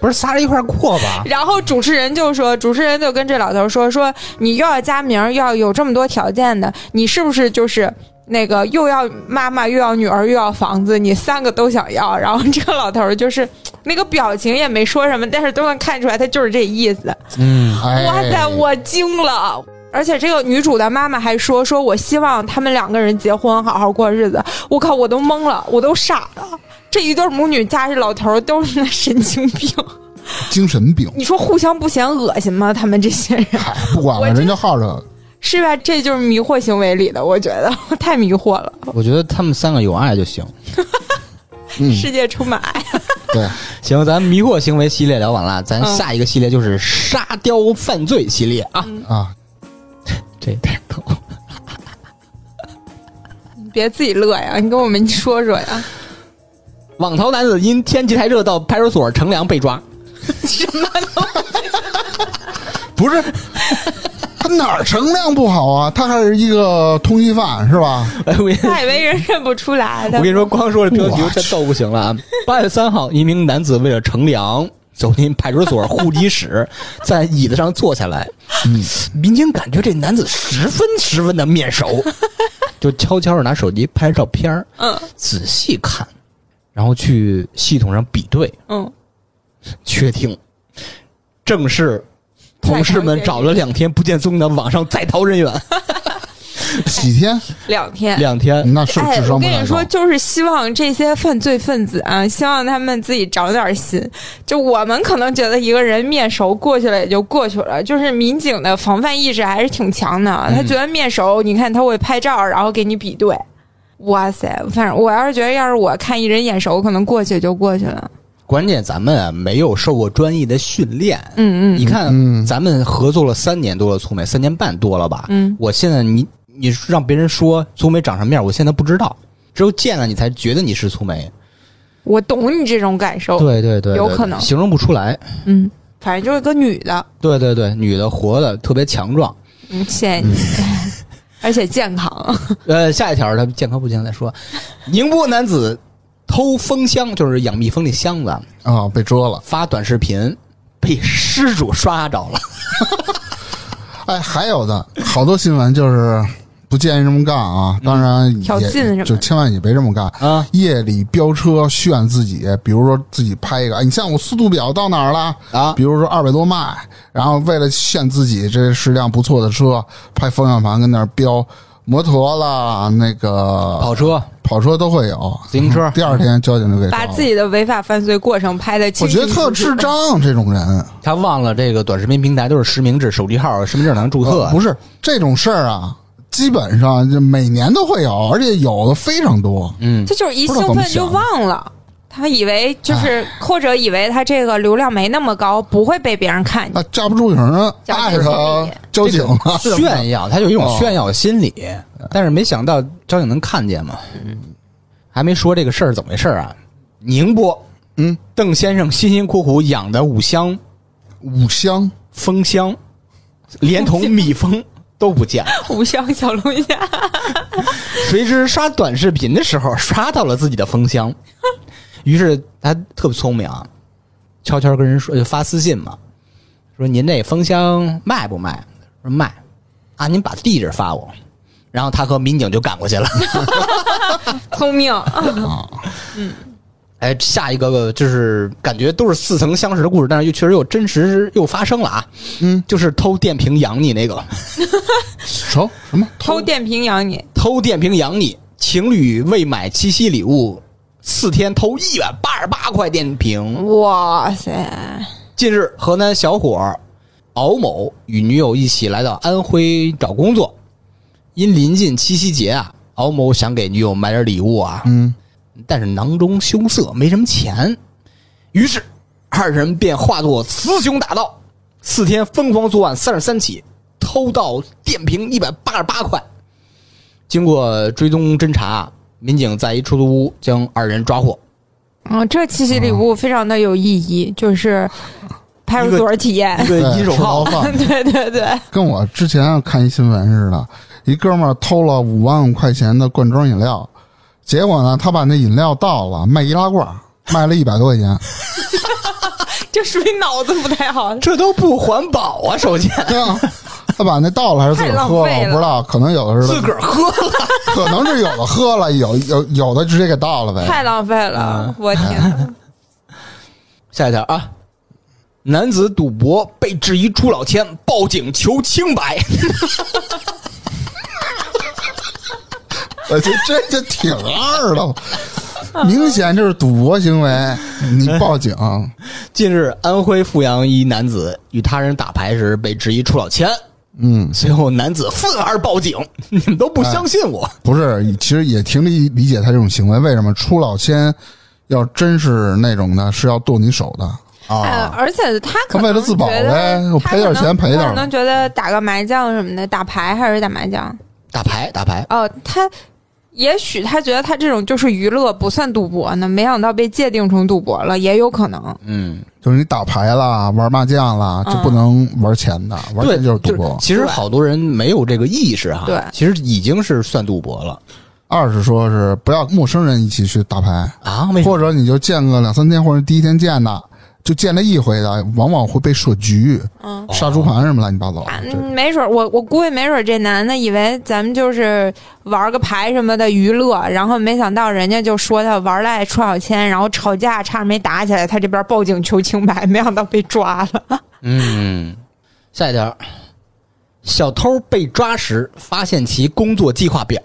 不是仨人一块儿过吧？
然后主持人就说，主持人就跟这老头说说，你又要加名儿，又要有这么多条件的，你是不是就是？那个又要妈妈又要女儿又要房子，你三个都想要。 然后这个老头儿就是那个表情也没说什么，但是都能看出来他就是这意思。
嗯，
哎，
哇塞，我惊了！而且这个女主的妈妈还说：“说我希望他们两个人结婚，好好过日子。”我靠，我都懵了，我都傻了。这一对母女加这老头儿都是那神经病，
精神病，
你说互相不嫌恶心吗？他们这些人
嗨，不管
我
了，
真
人家好 着。
是吧？这就是迷惑行为里的，我觉得 太迷惑了。
我觉得他们三个有爱就行。
嗯，
世界充满爱，
对，
行，咱迷惑行为系列聊完了，咱
嗯
下一个系列就是沙雕犯罪系列啊。
啊，
这太逗了。
你别自己乐呀，你跟我们说说 呀。
网逃男子因天气太热到派出所乘凉被 抓，
不是，他哪儿成量不好啊？他还是一个通缉犯是吧？
哎我跟你
他以为人认不出来
我
的
跟你，说，光说这标题
我
就
去
真逗不行 了啊！八月三号，一名男子为了乘凉，走进派出所户籍 室，在椅子上坐下来。嗯，民警感觉这男子十分十分的面熟， 就悄悄的拿手机拍照片儿
嗯
仔细看，然后去系统上比对，
嗯，
确定正是同事们找了两天不见踪影的网上在逃人员，
几天？
两天。
两天。
那是
哎
智，
我
商不
跟
太高
你说，。就是希望这些犯罪分子啊，希望他们自己长点心。就我们可能觉得一个人面熟过去了也就过去了，就是民警的防范意识还是挺强的。
嗯
他觉得面熟，你看他会拍照，然后给你比对。哇塞，反正我要是觉得，要是我看一人眼熟，可能过去就过去了。
关键咱们啊没有受过专业的训练，
嗯嗯，
你看，
嗯
咱们合作了三年多了，粗眉三年半多了吧？
嗯，
我现在你你让别人说粗眉长什么样，我现在不知道，只有见了你才觉得你是粗眉。
我懂你这种感受。
对对对
有可能
形容不出来。
嗯，反正就是个女的，
对对对，女的活的特别强壮。
嗯，谢谢你，
嗯
而且健康。
呃，下一条他健康不健康再说。 宁波男子偷蜂箱，就是养蜜蜂那箱子，
啊，被捉了。
发短视频被失主刷着了。
哎，还有的好多新闻就是不建议这么干啊，当然也
挑衅什么的
就千万也别这么干。
啊，
夜里飙车炫自己，比如说自己拍一个，哎你像我速度表到哪儿了
啊
比如说二百多迈，然后为了炫自己这是辆不错的车，拍方向盘跟那儿飙摩托啦，那个
跑车、
跑车都会有，
自行车，
第二天交警就给抓
把
了
自己的违法犯罪过程拍的清
我觉
清
得
楚楚。
特智障这种人，
他忘了这个短视频平台都是实名制，手机号、身份证才能注册。
呃不是这种事儿啊，基本上就每年都会有，而且有的非常多。
嗯，
这就是一
不知道
兴
怎么
奋就
想
忘了。他以为就是，或者以为他这个流量没那么高，不会被别人看
那
见。
架不住有人
交
带
警
着交警啊，
这个炫耀，他有一种
哦
炫耀心理，但是没想到交警能看见嘛。还没说这个事儿怎么回事儿啊？宁波，
嗯，
邓先生辛辛苦苦养的五箱
五香
蜂箱，连同蜜蜂都不见了。
五香小龙虾，
谁知刷短视频的时候刷到了自己的蜂箱，于是他特别聪明啊，悄悄跟人说就发私信嘛，说您这蜂箱卖不卖？说卖，啊，您把地址发我。然后他和民警就赶过去了。
聪明。
啊，
哎，下一个就是感觉都是似曾相识的故事，但是又确实又真实又发生了啊。嗯，就是偷电瓶养你那个，
什什么
偷电瓶养你，
偷电瓶养你，情侣为买七夕礼物，四天偷一百八十八块电瓶。
哇塞！
近日，河南小伙敖某与女友一起来到安徽找工作，因临近七夕节啊，敖某想给女友买点礼物啊，
嗯，
但是囊中羞涩，没什么钱，于是二人便化作雌雄大盗，四天疯狂作案三十三起，偷盗电瓶一百八十八块。经过追踪侦查，民警在一出租屋将二人抓获。
嗯，这七夕礼物非常的有意义，就是派出所体验
一。个
对
一手
吃牢
铐，
饭
对对对，
跟我之前啊看一新闻似的，一哥们儿偷了五万块钱的罐装饮料，结果呢，他把那饮料倒了，卖易拉罐 儿，卖了一百多块钱。
这属于脑子不太好。
这都不环保啊！首先，
对啊，他把那倒了还是自个儿喝
太浪
我
费了
不知道，可能有的是
自个儿喝了。
可能是有的喝了，有有有的直接给倒了呗。
太浪费了，我天哪！
下一条啊，男子赌博被质疑朱老千，报警求清白。
我觉得呃这就挺二 的，明显这是赌博行为，你报警。
近日，安徽阜阳一男子与他人打牌时被质疑朱老千，
嗯，
随后男子愤而报警。 你们都不相信我，
不是，其实也挺理理解他这种行为。为什么出老千要真是那种的，是要剁你手的
哎
啊？
而且他可
他为了
能
自保
觉得
呗我
他
赔点
可能
钱赔点
他
儿
可能觉得打个麻将什么的，打牌还是打麻将？
打牌打牌，
哦，他也许他觉得他这种就是娱乐，不算赌博呢，没想到被界定成赌博了，也有可能。
嗯，
就是你打牌啦、玩麻将啦，就不能玩钱的，玩
对，
钱就是赌博。
其实好多人没有这个意识哈，
对
其实已经是算赌博了
二是说是不要陌生人一起去打牌，
啊。为什么？
或者你就见个两三天，或者第一天见的，就见了一回的，往往会被设局、
嗯，
杀猪盘什么乱七八糟的。
啊
这
嗯没准儿我我估计没准儿这男的以为咱们就是玩个牌什么的娱乐，然后没想到人家就说他玩赖出小千，然后吵架差点没打起来，他这边报警求清白，没想到被抓了。
嗯，下一条，小偷被抓时发现其工作计划表。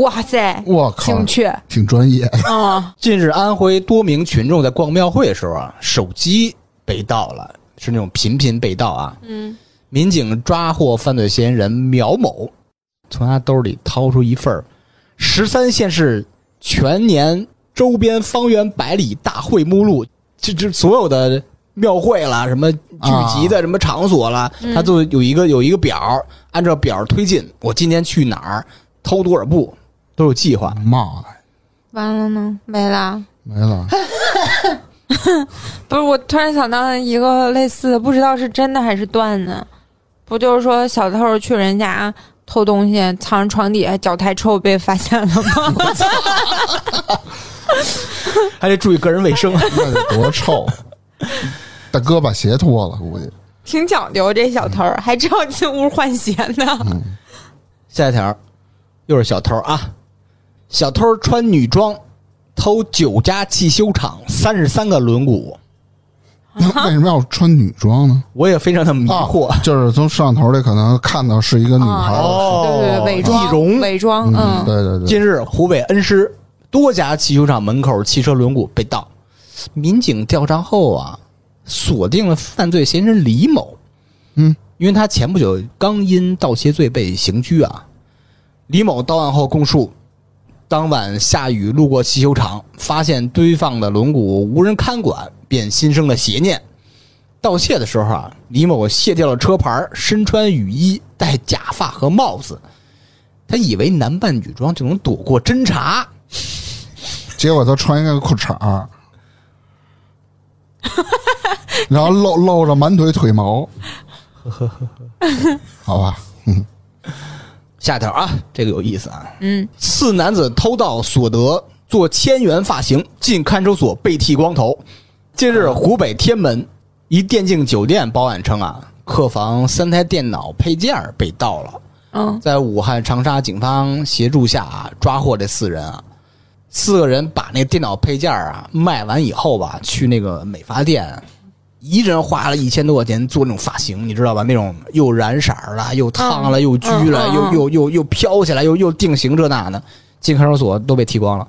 哇塞，
我靠
精，确，
挺专业。
嗯，
近日，安徽多名群众在逛庙会的时候啊，手机被盗了，是那种频频被盗啊。嗯，民警抓获犯罪嫌疑人苗某，从他兜里掏出一份十三县市全年周边方圆百里大会目录，这这所有的庙会啦，什么聚集的什么场所啦，他就有一个有一个表，按照表推进，我今天去哪儿偷多少步，都有计划。
妈呀，
完了呢，没啦。
没了！
不是，我突然想到一个类似的，不知道是真的还是段子，不就是说小偷去人家偷东西，藏人床底下，脚太臭被发现了吗？
还得注意个人卫生。啊
那得多臭！大哥把鞋脱了，估计
挺讲究这小偷，还知道进屋换鞋呢。
下一条，又是小偷啊！小偷穿女装偷九家汽修厂三十三个轮毂，
那 为什么要穿女装呢？
我也非常的迷惑。
啊，就是从摄像头里可能看到是一个女孩儿。
啊
哦
对对对，伪装，
易容
伪装，
嗯，
嗯，
对对对，
近日，湖北恩施多家汽修厂门口汽车轮毂被盗，民警调查后啊，锁定了犯罪嫌疑人李某。
嗯，
因为他前不久刚因盗窃罪被刑拘啊。李某到案后供述，当晚下雨路过汽修厂，发现堆放的轮毂无人看管，便心生了邪念。盗窃的时候啊，李某卸掉了车牌，身穿雨衣，戴假发和帽子。他以为男扮女装就能躲过侦查，
结果他穿一个裤衩儿， 然后露露着满腿腿 毛，好吧，
下一条啊，这个有意思啊。嗯，四男子偷盗所得做千元发型，进看守所被剃光头。近日，湖北天门一电竞酒店保安称啊，客房三台电脑配件儿被盗了。
嗯，
在武汉、长沙警方协助下啊，抓获这四人啊。四个人把那电脑配件儿啊卖完以后吧，去那个美发店，一人花了一千多块钱做那种发型，你知道吧？那种又染色儿了，又烫了，又焗了，
嗯嗯
又
嗯
又又又飘起来，又又定型这那的，进看守所都被剃光了。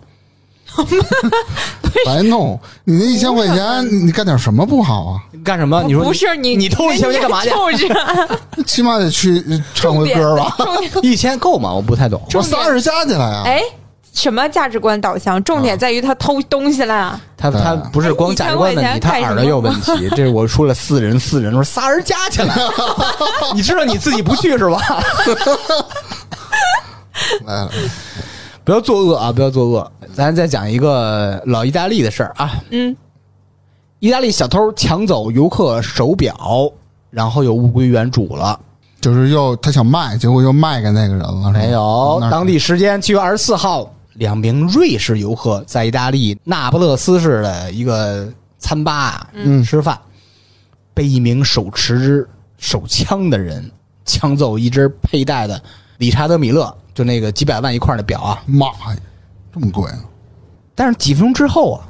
白弄。你那一千块钱，你你干点什么不好啊？
干什么？你说
不是你，
你偷一千块钱干嘛去？
就是
起码得去唱回歌吧。
重点
一千够吗？我不太懂。
我
重点
仨人加起来啊，
哎，什么价值观导向？重
啊
点在于他偷东西了。
他他
嗯
不是光价值观问
哎
题，
一千
他
块钱
耳朵也有问题。这是我说了四人四人，我说仨人加起来， 你知道你自己不去是吧？
来了，
不要作恶啊！不要作恶。咱再讲一个老意大利的事儿啊。
嗯，
意大利小偷抢走游客手表，然后又物归原主了。
就是又他想卖，结果又卖给那个人了。
没有，哎当
地
地时间七月二十四号，两名瑞士游客在意大利那不勒斯市的一个餐吧啊
嗯
吃饭，被一名手持手枪的人抢走一只佩戴的理查德米勒，就那个几百万一块儿的表啊。
妈呀，这么贵啊！
但是几分钟之后啊，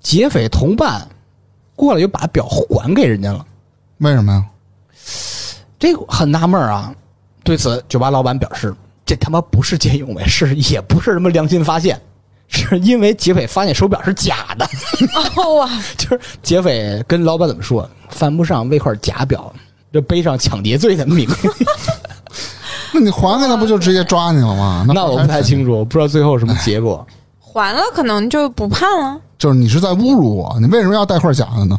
劫匪同伴过来就把表还给人家了，
为什么呀？
这个很纳闷儿啊。对此，酒吧老板表示，这他妈不是见义勇为，是也不是什么良心发现，是因为劫匪发现手表是假的，
哦哇，
就是劫匪跟老板怎么说，犯不上为块假表，这背上抢劫罪的名。
那你还给他不就直接抓你了吗？
那我不太清
楚。
楚，不知道最后什么结果。
还了可能就不判了。
就是你是在侮辱我，你为什么要带块假的呢？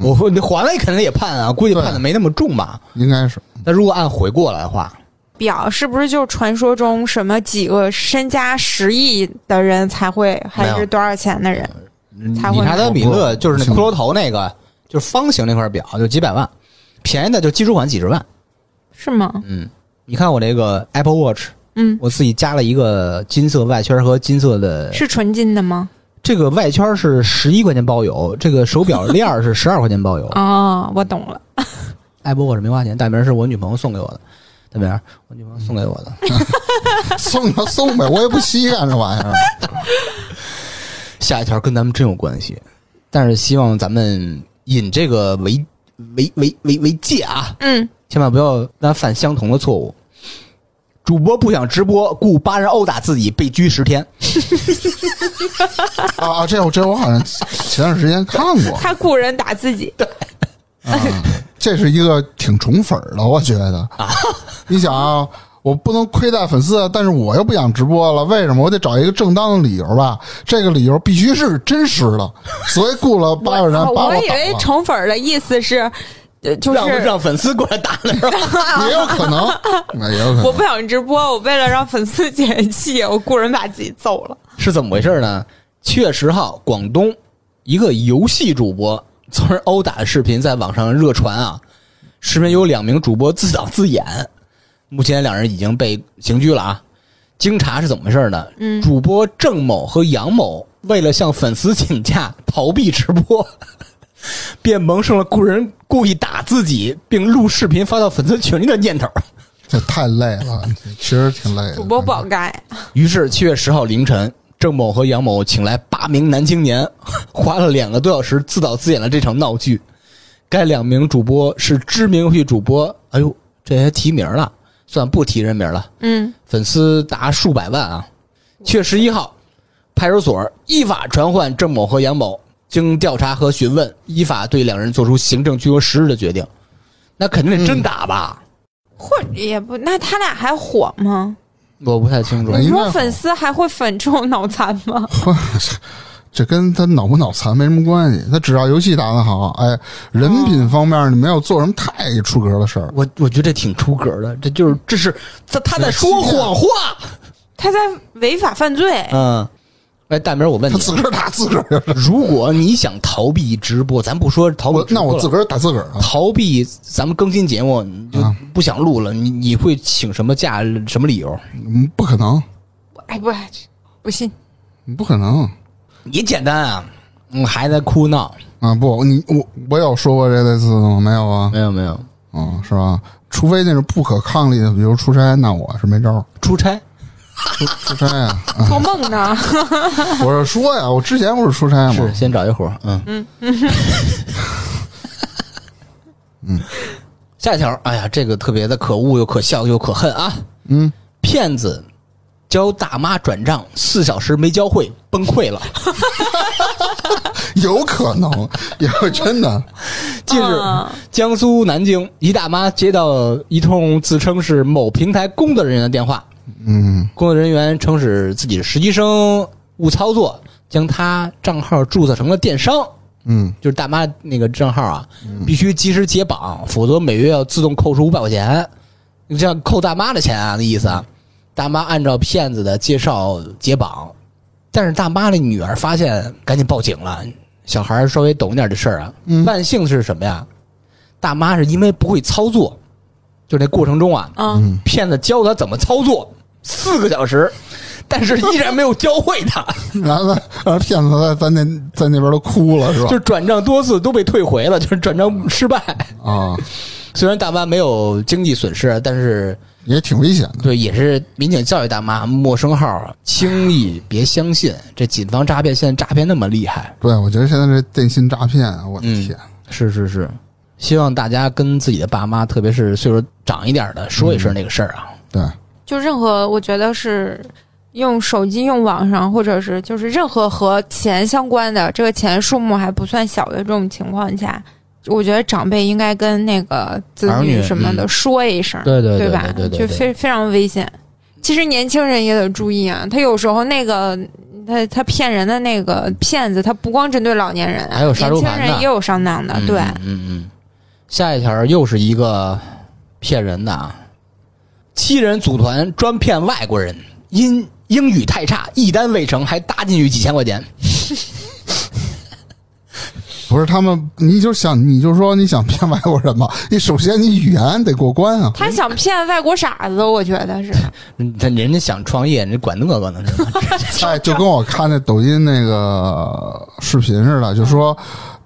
我会你还了肯定也判啊，估计
对
判的没那么重吧。
应该是
但如果按悔过来的话，
表是不是就传说中什么几个身家十亿的人才会，还
没有嗯
是多少钱的人？才嗯会
理查德米勒就是那
不
骷髅头那个，就是方形那块表，就几百万，便宜的就基础款几十万。
是吗？
嗯，你看我这个 Apple Watch，
嗯，
我自己加了一个金色外圈和金色的，
是纯金的吗？
这个外圈是十一块钱包邮，这个手表 链儿是十二块钱包邮。
哦，我懂了。
Apple Watch 没花钱，大名是我女朋友送给我的，大名我女朋友送给我的。
嗯
送就送呗，我也不稀罕这玩意儿。
下一条跟咱们真有关系，但是希望咱们引这个为为为为为戒啊，
嗯，
千万不要跟他犯相同的错误。主播不想直播，故八人殴打自己，被拘十天。
啊，这我这我好像前段时间看过，啊
他雇人打自己，
这是一个挺宠粉儿的，我觉得。你想啊，我不能亏待粉丝，啊但是我又不想直播了，为什么？我得找一个正当的理由吧，这个理由必须是真实的，所以雇了八个人
哦
把
我
我
以为
打
宠粉儿的意思是，呃，就是
让让粉丝过来打了，
了，也有可能，那也有可
啊我
能。
不想直播，我为了让粉丝解气，我雇人把自己揍了。
是怎么回事呢？七月十号，广东一个游戏主播从而殴打的视频在网上热传啊，视频有两名主播自导自演，目前两人已经被刑拘了啊。经查是怎么回事呢？嗯，主播郑某和杨某为了向粉丝请假逃避直播，便萌生了雇人故意打自己并录视频发到粉丝群里的念头。
这太累了，其实挺累的。
主播不好干呀，
于是七月十号凌晨，郑某和杨某请来八名男青年，花了两个多小时自导自演了这场闹剧。该两名主播是知名剧主播，哎呦，这还提名了，算不提人名了。
嗯，
粉丝达数百万啊！七月十一号，派出所依法传唤郑某和杨某，经调查和询问，依法对两人作出行政拘留十日的决定。那肯定得真打吧？
或者也不，那他俩还火吗？
我不太清楚
哎，
你
应该
说
火
粉丝还会粉这种脑残吗？
这跟他脑不脑残没什么关系，他只要游戏打得好，哎，人
哦
品方面你没有做什么太出格的事儿。
我我觉得这挺出格的，这
嗯
就是这是他他在说
啊
谎话。
他在违法犯罪，
嗯，哎，大明儿，我问
他
你，
自个儿打自个儿 就是，
如果你想逃避直播，咱不说逃避
我
直播
那
了，
我自个儿打自个儿啊。
逃避咱们更新节目，你就
啊
不想录了，你你会请什么假？什么理由？
嗯，不可能，
哎不，不信，
不可能
也简单啊，嗯，还在哭闹，
啊！不，你我我有说过这类似的吗？没有啊，
没有没有，
嗯，是吧？除非那种不可抗力的，比如出差，那我是没招儿。
出差，
出出差啊，
做梦呢。
我是说呀，我之前不是出差
是
吗？
先找一活儿，嗯 嗯嗯下一条，哎呀，这个特别的可恶又可笑又可恨啊！
嗯，
骗子教大妈转账，四小时没教会，崩溃了。
有可能，有真的，
近日
嗯，
江苏南京一大妈接到一通自称是某平台工作人员的电话，
嗯，
工作人员称是自己是实习生，误操作，将她账号注册成了电商，
嗯
就是大妈那个账号啊，必须及时解绑，否则每月要自动扣除五百块钱，你这样扣大妈的钱啊，那意思啊。大妈按照骗子的介绍解绑，但是大妈的女儿发现，赶紧报警了。小孩儿稍微懂一点这事儿啊，
嗯
万幸是什么呀？大妈是因为不会操作，就那过程中啊，
嗯，
骗子教她怎么操作四个小时，但是依然没有教会 她。
然后呢，然后骗子在在那在那边都哭了，是吧？
就是转账多次都被退回了，就是转账失败。
啊，
虽然大妈没有经济损失，但是
也挺危险的。
对也是民警教育大妈，陌生号啊轻易别相信。这谨防诈骗，现在诈骗那么厉害，
对，我觉得现在这电信诈骗啊，我的
嗯
天，
是是是。希望大家跟自己的爸妈，特别是岁数长一点的，说一声那个事儿啊。
对，
就任何我觉得是用手机、用网上，或者是就是任何和钱相关的，这个钱数目还不算小的这种情况下，我觉得长辈应该跟那个子
儿女
女什么的
嗯
说一声，
对对对
吧？
对对对
就非非常危险。其实年轻人也得注意啊，他有时候那个他他骗人的那个骗子，他不光针对老年人啊，
还有杀猪
年轻
盘的
人也有上当的，
嗯
对。
嗯嗯嗯。下一条又是一个骗人的啊，七人组团专骗外国人，因英语太差，一单未成，还搭进去几千块钱。
不是他们，你就想，你就说你想 骗外国人吧，你首先你语言得过关啊，
他想骗外国傻子，我觉得是。
嗯他人家想创业，你管那个呢？是吧
哎，就跟我看那抖音那个视频似的，就说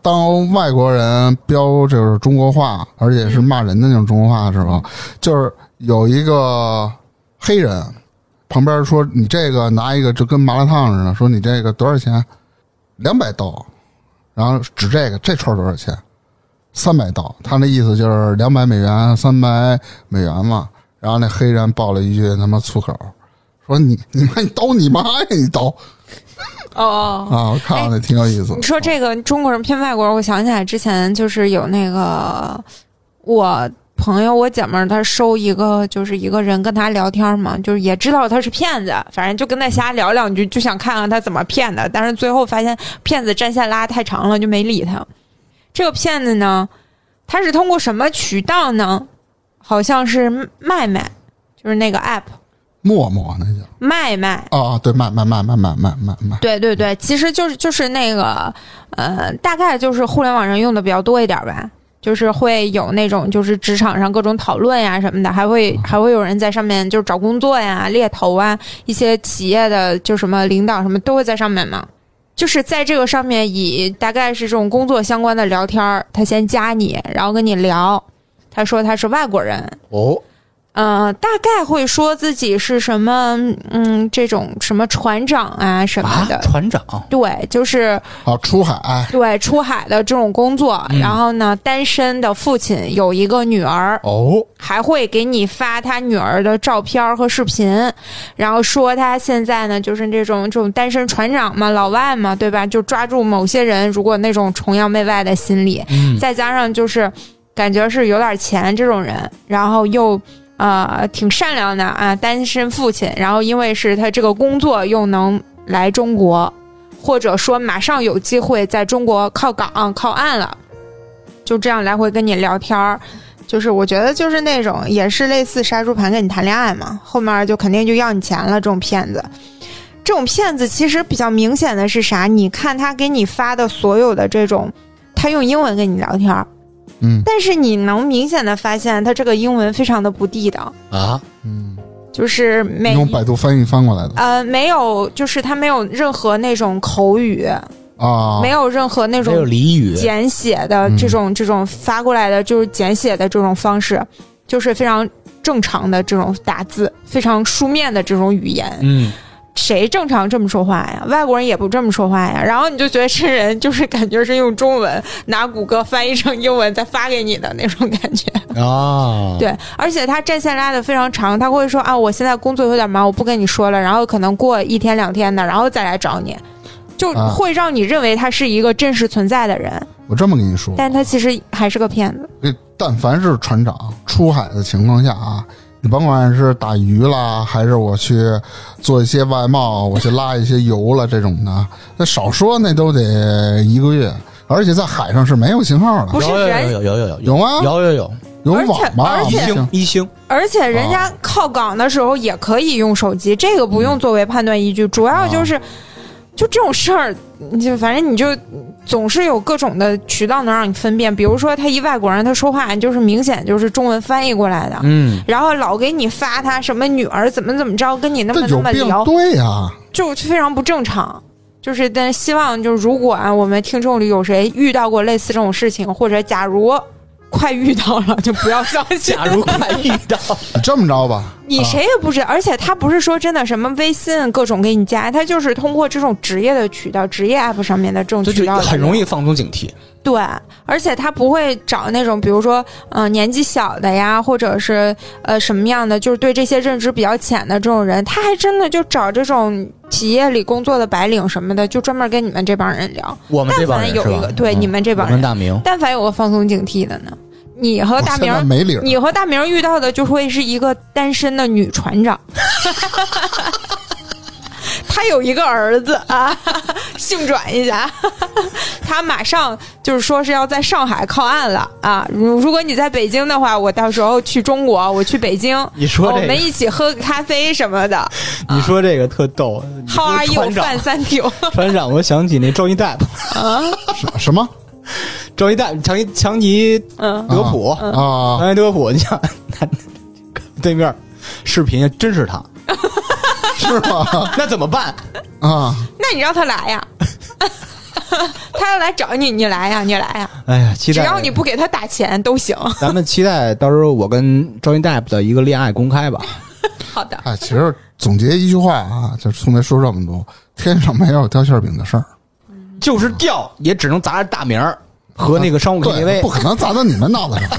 当外国人飙就是中国话，而且是骂人的那种中国话的时候，就是有一个黑人旁边说：“你这个拿一个就跟麻辣烫似的，说你这个多少钱？两百刀。”然后指这个这串多少钱？三百刀。他那意思就是两百美元，三百美元嘛。然后那黑人爆了一句他妈粗口。说你 你妈你刀你妈呀你刀
哦哦，哎
啊！我看了挺有意思
你。说这个中国人骗外国人，我想起来之前就是有那个我朋友，我姐们儿，她收一个就是一个人跟她聊天嘛，就是也知道他是骗子，反正就跟他瞎聊两句，就想看看他怎么骗的。但是最后发现骗子战线拉太长了，就没理他。这个骗子呢，他是通过什么渠道呢？好像是麦麦，就是那个 app
陌陌那叫
麦麦，
啊，对，卖卖卖卖卖卖卖卖，
对对对，其实就是就是那个呃，大概就是互联网上用的比较多一点吧，就是会有那种就是职场上各种讨论呀什么的，还会还会有人在上面就是找工作呀、猎头啊，一些企业的就什么领导什么都会在上面嘛。就是在这个上面以大概是这种工作相关的聊天儿，他先加你，然后跟你聊，他说他是外国人，
哦，
呃，大概会说自己是什么，嗯，这种什么船长啊什么
啊
的，，
船长
对，就是
好，出海哎
对出海的这种工作。
嗯
然后呢，单身的父亲有一个女儿，
哦，
还会给你发他女儿的照片儿和视频，然后说他现在呢就是这种这种单身船长嘛，老外嘛，对吧？就抓住某些人，如果那种崇洋媚外的心理，
嗯，
再加上就是感觉是有点钱这种人，然后又呃挺善良的啊，单身父亲，然后因为是他这个工作又能来中国，或者说马上有机会在中国靠港靠岸了，就这样来回跟你聊天儿。就是我觉得就是那种也是类似杀猪盘跟你谈恋爱嘛，后面就肯定就要你钱了这种骗子。这种骗子其实比较明显的是啥？你看他给你发的所有的这种，他用英文跟你聊天儿，
嗯
但是你能明显的发现他这个英文非常的不地道，
啊，
嗯，
就是每
用百度翻译翻过来的
呃没有，就是他没有任何那种口语，
啊，
没有任何那
还有
种
俚语，
简写的
嗯
这种这种发过来的就是简写的这种方式，就是非常正常的这种打字，非常书面的这种语言。
嗯，
谁正常这么说话呀？外国人也不这么说话呀。然后你就觉得这人就是感觉是用中文拿谷歌翻译成英文再发给你的那种感觉。
啊，
对，而且他战线拉的非常长，他会说啊，我现在工作有点忙，我不跟你说了，然后可能过一天两天的，然后再来找你，就
啊
会让你认为他是一个真实存在的人，
我这么跟你说，
但他其实还是个骗子。
这但凡是船长出海的情况下啊，你甭管是打鱼啦，还是我去做一些外贸，我去拉一些油了这种的，那少说那都得一个月，而且在海上是没有信号的
不，是
有
人
有有有有有
有吗
有有有，
有
而且
网吗？
而
不
且
行，
嗯一星，
而且人家靠港的时候也可以用手机，这个不用作为判断依据，主要就是。就这种事儿，你就反正你就总是有各种的渠道能让你分辨。比如说，他一外国人，他说话就是明显就是中文翻译过来的，
嗯，
然后老给你发他什么女儿怎么怎么着，跟你那么
这
那
有
么
病
聊，
对呀、
就非常不正常。就是，但希望就是，如果啊，我们听众里有谁遇到过类似这种事情，或者假如快遇到 了，就不要 相信。
假如快遇到，
你这么着吧，
你谁也不知道，而且他不是说真的什么微信各种给你加，他就是通过这种职业的渠道、职业 app 上面的这种
这
渠
就
道，
很容易放松警惕，
对，而且他不会找那种，比如说，嗯、年纪小的呀，或者是呃什么样的，就是对这些认知比较浅的这种人，他还真的就找这种企业里工作的白领什么的，就专门跟你们这帮人聊。
我们这
但
帮
凡
人
有
是
一
吧
个？对、
嗯
你们这帮
我跟
人，
大明，
但凡有个放松警惕的呢，你和
我
大
现
明
在没理儿
你和大明遇到的就会是一个单身的女船 长，她有一个儿子啊，性转一下，她马上就是说是要在上海靠岸了啊。如如果你在北京的话，我到时候去中国，我去北京，
你说
我
这
们一起喝个咖啡什么的。
你说这个特逗，你说
How are you,
船
范
长？
三 九？
船长，我想起那 Johnny Depp，
什什么
Johnny Depp，强尼强尼
嗯，
德普，
啊？
强尼德普，你想，他对面视频真是他，
是吗？
那怎么办？
啊，
那你让他来呀。 他要来找你，你来呀，你来呀，
哎呀，期
只
待
要你不给他打钱都 行。
咱们期待到时候我跟 Johnny Depp 的一个恋爱公开吧。
好的，
哎，其实总结一句话啊，就从没说这么多，天上没有掉馅儿饼的事儿。
就是掉，也只能砸着大名儿和那个商务 KTV，、
对，不可能砸到你们脑袋 上，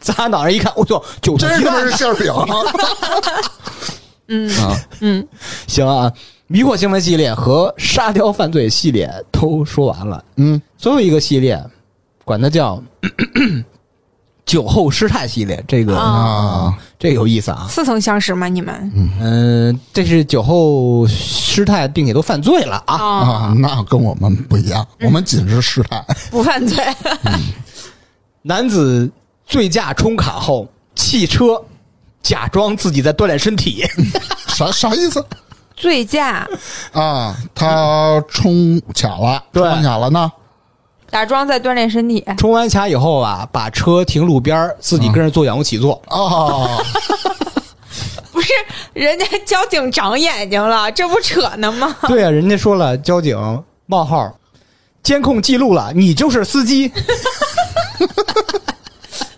砸脑袋一看，我操，九头
真
鸡
他妈
蛋
是馅儿饼。
啊！
嗯，
行啊，迷惑行为系列和沙雕犯罪系列都说完了，
嗯，
最后一个系列，管它叫 咳咳酒后失态系列，这个、
啊，
这有意思啊。
似曾相识吗？你们
嗯、这是酒后失态，并且都犯罪了啊。
啊，
啊，那跟我们不一样，我们仅是试探。
不犯罪，
男子醉驾冲卡后弃车，假装自己在锻炼身体。
啥啥意思
醉驾，
啊？他冲卡了，
对
冲完卡了呢？
假装在锻炼身体，
冲完卡以后啊，把车停路边儿，自己跟着做仰卧起 坐。
啊，
不是人家交警长眼睛了，这不扯呢吗？
对啊，人家说了，交警冒号 监控记录了，你就是司机。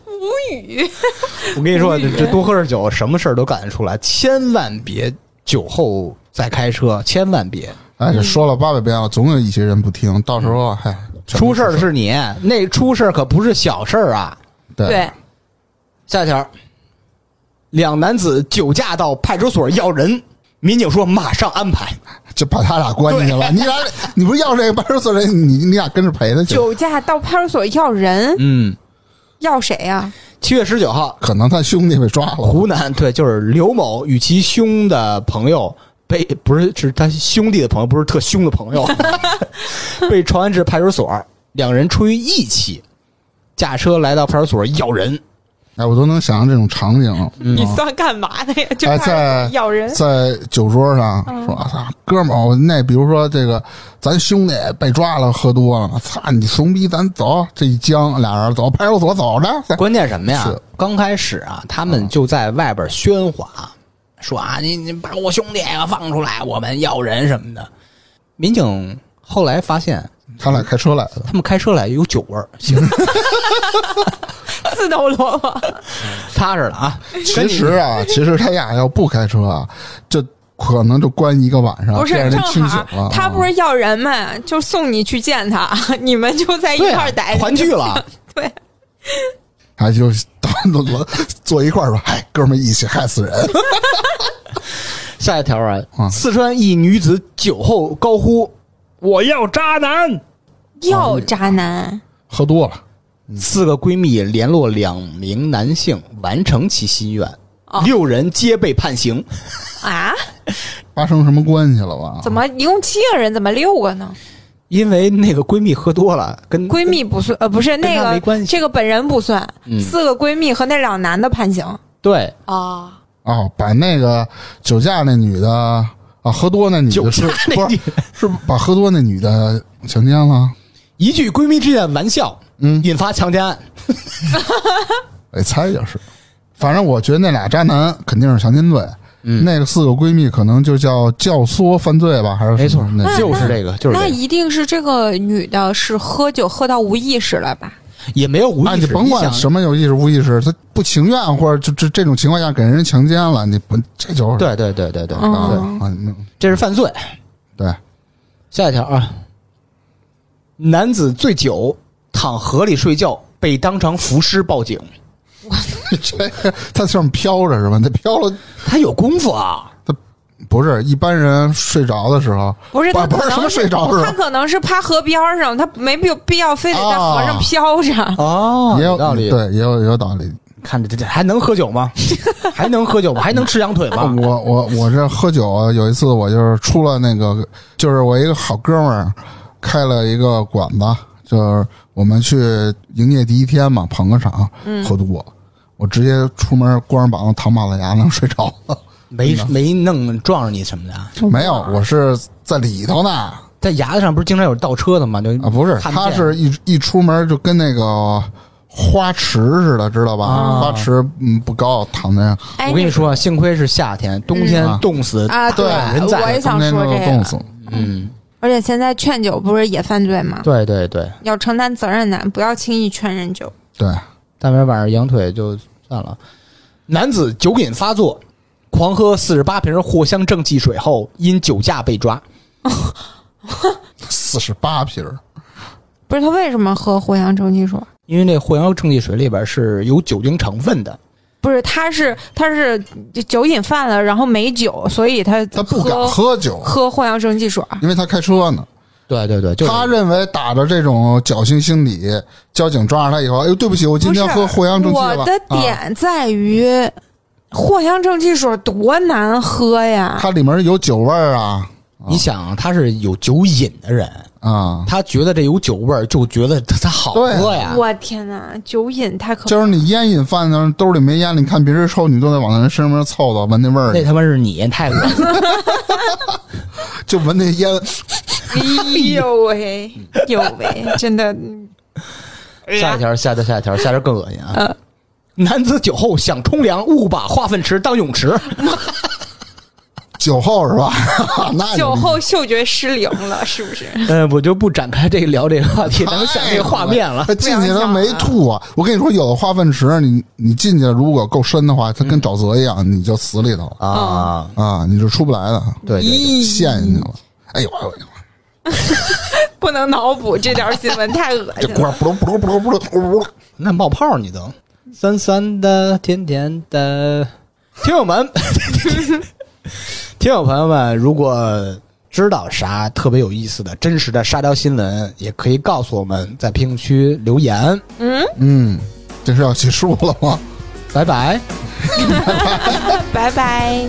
无语。
我跟你说，这多喝点酒，什么事儿都干得出来，千万别酒后再开车，千万别
哎，这说了八百遍了，总有一些人不听，到时候嗨，全都
出事儿的是你，那出事儿可不是小事儿啊。
对
对，
下一条，两男子酒驾到派出所要人，民警说马上安排。
就把他俩关进去了。你 俩，你不是要这个派出所人，你你俩跟着陪他去。
酒驾到派出所要人，
嗯，
要谁啊呀、
七月十九号，
可能他兄弟被抓了，
湖南对，就是刘某与其兄的朋友被不是是他兄弟的朋友，不是特凶的朋友，被传唤至派出所，两人出于义气，驾车来到派出所咬人。
哎，我都能想象这种场景了。
嗯
你算干嘛的呀？就
哎，
怕
在
要人？嗯
在酒桌上说：“啊，操哥们儿，我那比如说这个，咱兄弟被抓了，喝多了，操你怂逼，咱走。”这一僵，俩人走派出所走着，
关键什么呀
哎是？
刚开始啊，他们就在外边喧哗，说啊，你你把我兄弟啊放出来，我们要人什么的。民警后来发现，
他俩开车来的。
他们开车来有酒味儿， 行，
自投罗网，
踏实了啊。
其实 啊，其实他俩要不开车啊，就可能就关一个晚上，
不
第
是，
二
正
天清醒
好
了。啊
他不是要人嘛，就送你去见他， 你们就 在一
对
块
啊
儿待，着
团 聚了。
对，
还就当了坐一块儿吧， 哎，哥们儿一起害死人。
下一条啊，
嗯
四川一女子酒后高呼“我要渣男
要渣男，
喝多了，”，
四个闺蜜联络两名男性完成其心愿，
哦
六人皆被判刑。
啊？
发生什么关系了吧？
怎么一共七个人，怎么六个呢？
因为那个闺蜜喝多了，跟
闺蜜不算，呃，不是
跟
那
他
个
没关系
这个本人不算，
嗯
四个闺蜜和那两男的判刑。
对
啊，
哦，把那个酒驾那女的啊，喝多那女
酒
的
驾
是
那
不是
女
是把喝多那女的强奸了？
一句闺蜜之间的玩笑，
嗯
引发强奸案。
哎，猜也 是，反正我觉得那俩渣男肯定是强奸罪。
嗯
那个四个闺蜜可能就叫教唆犯罪吧，还是什么那
就是这个，就是
那
这个，
一定是这个女的是喝酒喝到无意识了吧？
也没有无
啊，
意
你
识。
甭管
想
什么有意识无意识，他不情愿或者就这这种情况下给人强奸了，你不这就是
对对对对对，
啊
嗯
啊，嗯
这是犯罪。
对，
下一条啊，男子醉酒躺河里睡觉，被当场浮尸报警。
这个 他上面飘着是吧？他飘了，
他有功夫啊，
不是一般人睡着的时候，
不是
不
他可
不是
能
什么睡着是
他
吧？
可能是趴河边儿上，他没必必要非得在河上飘 着。
哦
也有嗯
道理。
对，也有也有道理。
看着这这还能喝酒 吗？还能喝酒吗？还能吃羊腿吗？
我我我这喝酒啊有一次我就是出了那个，就是我一个好哥们儿开了一个馆子，就是我们去营业第一天嘛，捧个场，
嗯
喝多了，我直接出门光着膀子躺马路牙子上睡着了。
没没弄撞着你什么的啊，
没有，我是在里头呢啊，
在牙子上不是经常有倒车的吗？就
不是，
看
他
见
是一一出门就跟那个花池似的，知道吧？
啊
花池嗯不高，躺在
哎，
我跟你说，啊幸亏是夏天，冬天
嗯
冻死
啊，对，哦
对
人在
我也想
中间
说
都
这
冻
个。
死了。
嗯，
而且现在劝酒不是也犯罪吗？
对对对，
要承担责任的，不要轻易劝人酒。
对，
大明晚上羊腿就算了。男子酒瘾发作，狂喝四十八瓶藿香正气水后，因酒驾被抓。
四十八瓶儿
不是他为什么喝藿香正气水？
因为那藿香正气水里边是有酒精成分的，
不是，他是他是酒瘾犯了，然后没酒，所以他
他不敢
喝
喝酒，
喝藿香正气水。
因为他开车呢。
对对对，就是
他认为打着这种侥幸心理，交警抓着他以后，哎呦，对不起，我今
不是
天喝藿香正气了。
我的
啊
点在于，藿香正气水多难喝呀！
它里面有酒味儿啊
你想他是有酒瘾的人，
啊！
他觉得这有酒味儿，就觉得他他好喝呀。
我天哪，酒瘾太可怕
就是你烟瘾犯的，兜里没烟了，你看别人抽，你都得往那人身上凑凑，闻那味儿
那
去，
他妈是你太恶心了，
就闻那烟。
哎呦喂， 呦喂，真的，
下一条，下一条，下一条，下一条更恶心啊！男子酒后想冲凉，误把化粪池当泳池。
酒后是吧？ 那
酒
就
后嗅觉失灵了，是不是？
呃，我就不展开这个聊这个话题，咱们想这个画 面了。
他进去他没吐啊！我跟你说，有的化粪池，你你进去如果够深的话，它跟沼泽一样，你就死里头了
啊，
啊，你就出不来了，
对对对
陷进去了。哎呦，哎呦哎呦
不能脑补这条新闻，太恶
这
心了。
锅不噜不噜不噜不噜不噜，
那冒泡你都酸酸的、甜甜的。听友们，听友朋友们，如果知道啥特别有意思的、真实的沙雕新闻，也可以告诉我们，在评论区留言。
嗯，这是要起树了吗？
拜拜。
拜拜。